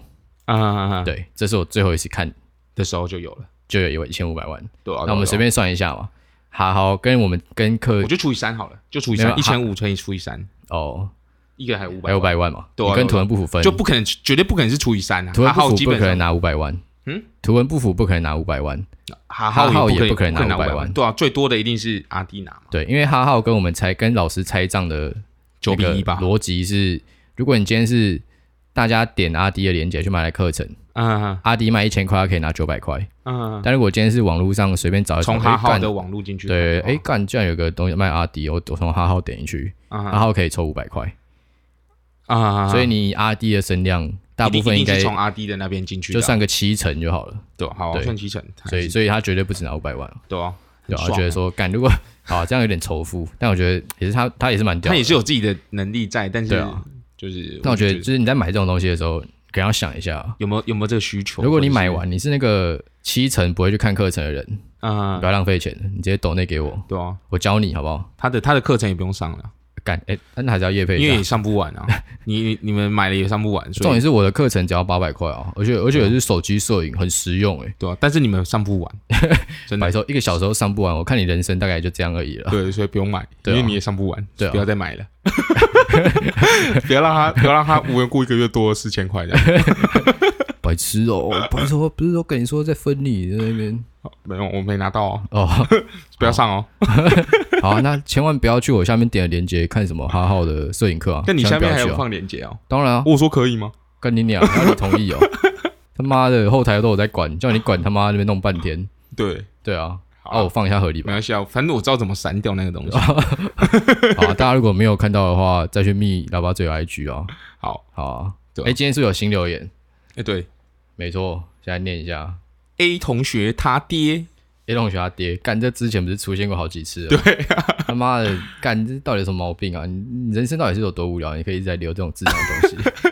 Speaker 2: 啊啊啊啊
Speaker 1: 对，这是我最后一次看
Speaker 2: 的时候就有了，
Speaker 1: 就有一千五百万。
Speaker 2: 对啊。
Speaker 1: 那我们
Speaker 2: 对啊
Speaker 1: 随，便算一下嘛，好好跟我们跟
Speaker 2: 对啊
Speaker 1: 客
Speaker 2: 我就除以三好了，就除以
Speaker 1: 没有
Speaker 2: 三，一
Speaker 1: 他
Speaker 2: 千五乘以除以三，
Speaker 1: 哦，
Speaker 2: 一个还有
Speaker 1: 还
Speaker 2: 五百
Speaker 1: 有五，百万嘛，
Speaker 2: 对啊
Speaker 1: 你
Speaker 2: 对
Speaker 1: 跟
Speaker 2: 啊
Speaker 1: 图文不符分，
Speaker 2: 就不可能，绝对不可能是除以三啊。
Speaker 1: 图文
Speaker 2: 哈
Speaker 1: 不
Speaker 2: 浩
Speaker 1: 符
Speaker 2: 基
Speaker 1: 不
Speaker 2: 本
Speaker 1: 可能
Speaker 2: 上，
Speaker 1: 拿五百万，
Speaker 2: 嗯，
Speaker 1: 图文不符不可能拿五百万，
Speaker 2: 哈
Speaker 1: 哈浩
Speaker 2: 浩
Speaker 1: 也
Speaker 2: 也
Speaker 1: 不可能
Speaker 2: 能
Speaker 1: 拿
Speaker 2: 拿
Speaker 1: 500万
Speaker 2: 万，对啊，最多的一定是阿迪拿嘛，
Speaker 1: 对，因为哈浩跟我们拆跟老师拆账的
Speaker 2: 九比
Speaker 1: 那个
Speaker 2: 一吧。
Speaker 1: 逻辑是，如果你今天是大家点阿 D 的链接去买来课程，
Speaker 2: 嗯
Speaker 1: 阿 D 卖一千块，他可以拿九百块，
Speaker 2: 嗯，
Speaker 1: 但如果今天是网络上随便找一
Speaker 2: 从
Speaker 1: 种
Speaker 2: 哈
Speaker 1: 哎
Speaker 2: 浩
Speaker 1: 干
Speaker 2: 的网路进去看
Speaker 1: 对，
Speaker 2: 的话，
Speaker 1: 哎干，居然有个东西卖阿迪，我我从哈号点进去，
Speaker 2: 嗯
Speaker 1: 哈号可以抽五百块，
Speaker 2: 啊，
Speaker 1: 所以你阿迪的声量大部分
Speaker 2: 一
Speaker 1: 应
Speaker 2: 定
Speaker 1: 该
Speaker 2: 是从阿迪的那边啊进去的
Speaker 1: 就
Speaker 2: 啊，
Speaker 1: 算个七成就好了，
Speaker 2: 对啊，好啊
Speaker 1: 对
Speaker 2: 算七成，还
Speaker 1: 所以
Speaker 2: 是
Speaker 1: 所以他绝对不止拿五百万，
Speaker 2: 对啊，
Speaker 1: 对
Speaker 2: 很
Speaker 1: 啊，
Speaker 2: 爽
Speaker 1: 他觉得
Speaker 2: 欸
Speaker 1: 说干，如果好这样有点仇富，但我觉得也是他他也是蛮屌
Speaker 2: 他
Speaker 1: 的，
Speaker 2: 也是有自己的能力在，但
Speaker 1: 对
Speaker 2: 是
Speaker 1: 啊
Speaker 2: 就是，
Speaker 1: 但我觉得
Speaker 2: 就
Speaker 1: 就是你在买这种东西的时候，可能要想一下啊，
Speaker 2: 有没有有没有这个需求？
Speaker 1: 如果你
Speaker 2: 或者是
Speaker 1: 买，完你是那个七成不会去看课程的人，
Speaker 2: 嗯
Speaker 1: 不，要浪费钱，你直接抖内给我，
Speaker 2: 对啊，
Speaker 1: 我教你好不好？
Speaker 2: 他的他的课程也不用上了，
Speaker 1: 干哎，但还是要业配一
Speaker 2: 因为
Speaker 1: 下
Speaker 2: 也。上 不完啊，你你你们买了也上不完，
Speaker 1: 重
Speaker 2: 所
Speaker 1: 点
Speaker 2: 以
Speaker 1: 是我的课程只要八百块啊，而且而且也是手机摄影，很实用哎、
Speaker 2: 对啊，但是你们上不完，真
Speaker 1: 白
Speaker 2: 的。
Speaker 1: 说一个小时候上不完，我看你人生大概就这样而已了。
Speaker 2: 对，所以不用买，
Speaker 1: 对
Speaker 2: 因
Speaker 1: 啊
Speaker 2: 为你也上不完，
Speaker 1: 对啊
Speaker 2: 不要再买了。
Speaker 3: 不要让他不要让他无缘故一个月多四千块这 样。
Speaker 1: 白痴哦、白痴哦，不是都跟你说在分你在那边
Speaker 3: 没有，我没拿到哦，
Speaker 1: 哦。
Speaker 3: 不要上哦。
Speaker 1: 好啊、那千万不要去我下面点的链接看什么哈浩的摄影课啊。
Speaker 2: 但你下
Speaker 1: 千万不
Speaker 2: 面
Speaker 1: 要
Speaker 2: 还
Speaker 1: 去
Speaker 2: 有
Speaker 1: 啊？
Speaker 2: 放链接哦，
Speaker 1: 当然啊，
Speaker 3: 我说可以吗？
Speaker 1: 跟你俩要你同意哦。 他妈的，后台都有在管，叫你管他妈那边弄半天。
Speaker 3: 对，
Speaker 1: 对啊，
Speaker 3: 好
Speaker 1: 啊，我放一下合理吧
Speaker 2: 没。 关系啊，反正我知道怎么删掉那个东西。
Speaker 1: 哦好、啊，大家如果没有看到的话，再去密喇叭嘴 IG 啊。
Speaker 2: 好，
Speaker 1: 好啊，
Speaker 2: 对啊
Speaker 1: 哎、今天是不是有新留言，
Speaker 2: 哎，对
Speaker 1: 没错，现在念一下。
Speaker 2: ，A 同学他爹
Speaker 1: A 同学他爹，干这之前不是出现过好几次了？对、他妈的，干这到底有什么毛病啊？你你人生到底是有多无聊？你可以一直在留这种智障的东西。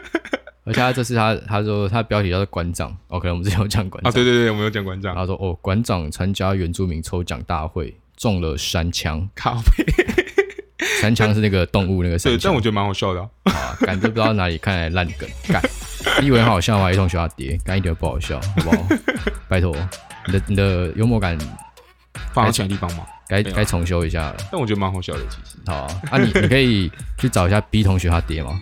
Speaker 1: 而且他这次他他说他标题叫做馆长，哦，可能我们之前有讲馆
Speaker 3: 啊，
Speaker 1: 长。
Speaker 3: 对对对，我们有讲
Speaker 2: 啊
Speaker 3: 馆长，
Speaker 1: 他说哦，馆长参加原住民抽奖大会中了三枪，
Speaker 3: 咖啡。
Speaker 1: 三枪是那个动物那个三
Speaker 3: 对，
Speaker 1: 枪
Speaker 3: 但我。觉得蛮好笑的啊。
Speaker 1: 啊，感觉不知道哪里看来烂梗，干，你以为很好笑吗？一同学要跌，干一点都不好笑，好不好？ 拜托，你的你的幽默感
Speaker 2: 放到其他地方嘛，
Speaker 1: 该
Speaker 2: 没有
Speaker 1: 该重修一下了，
Speaker 3: 但我觉得蛮好笑的，其实。
Speaker 1: 好啊。啊，你你可以去找一下 B 同学他爹吗？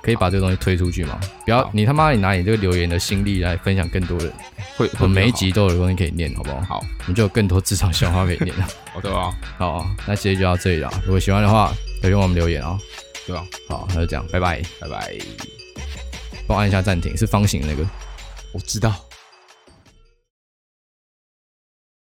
Speaker 1: 可以把这个东西推出去吗？不要
Speaker 2: 好
Speaker 1: 你他妈你拿你这个留言的心力来分享更多人，
Speaker 2: 会
Speaker 1: 我
Speaker 2: 会
Speaker 1: 们每一
Speaker 2: 比较
Speaker 1: 集都有东西可以念，好不好？
Speaker 2: 好，
Speaker 1: 你就有更多智商笑话可以念了。
Speaker 2: 好，好对啊，
Speaker 1: 好啊，那今天就到这里了。如果喜欢的话，可以帮我们留言哦。
Speaker 2: 对啊，
Speaker 1: 好，那就这样，拜拜。
Speaker 2: 拜拜。
Speaker 1: 帮我按一下暂停，是方形的那个。
Speaker 2: 我知道。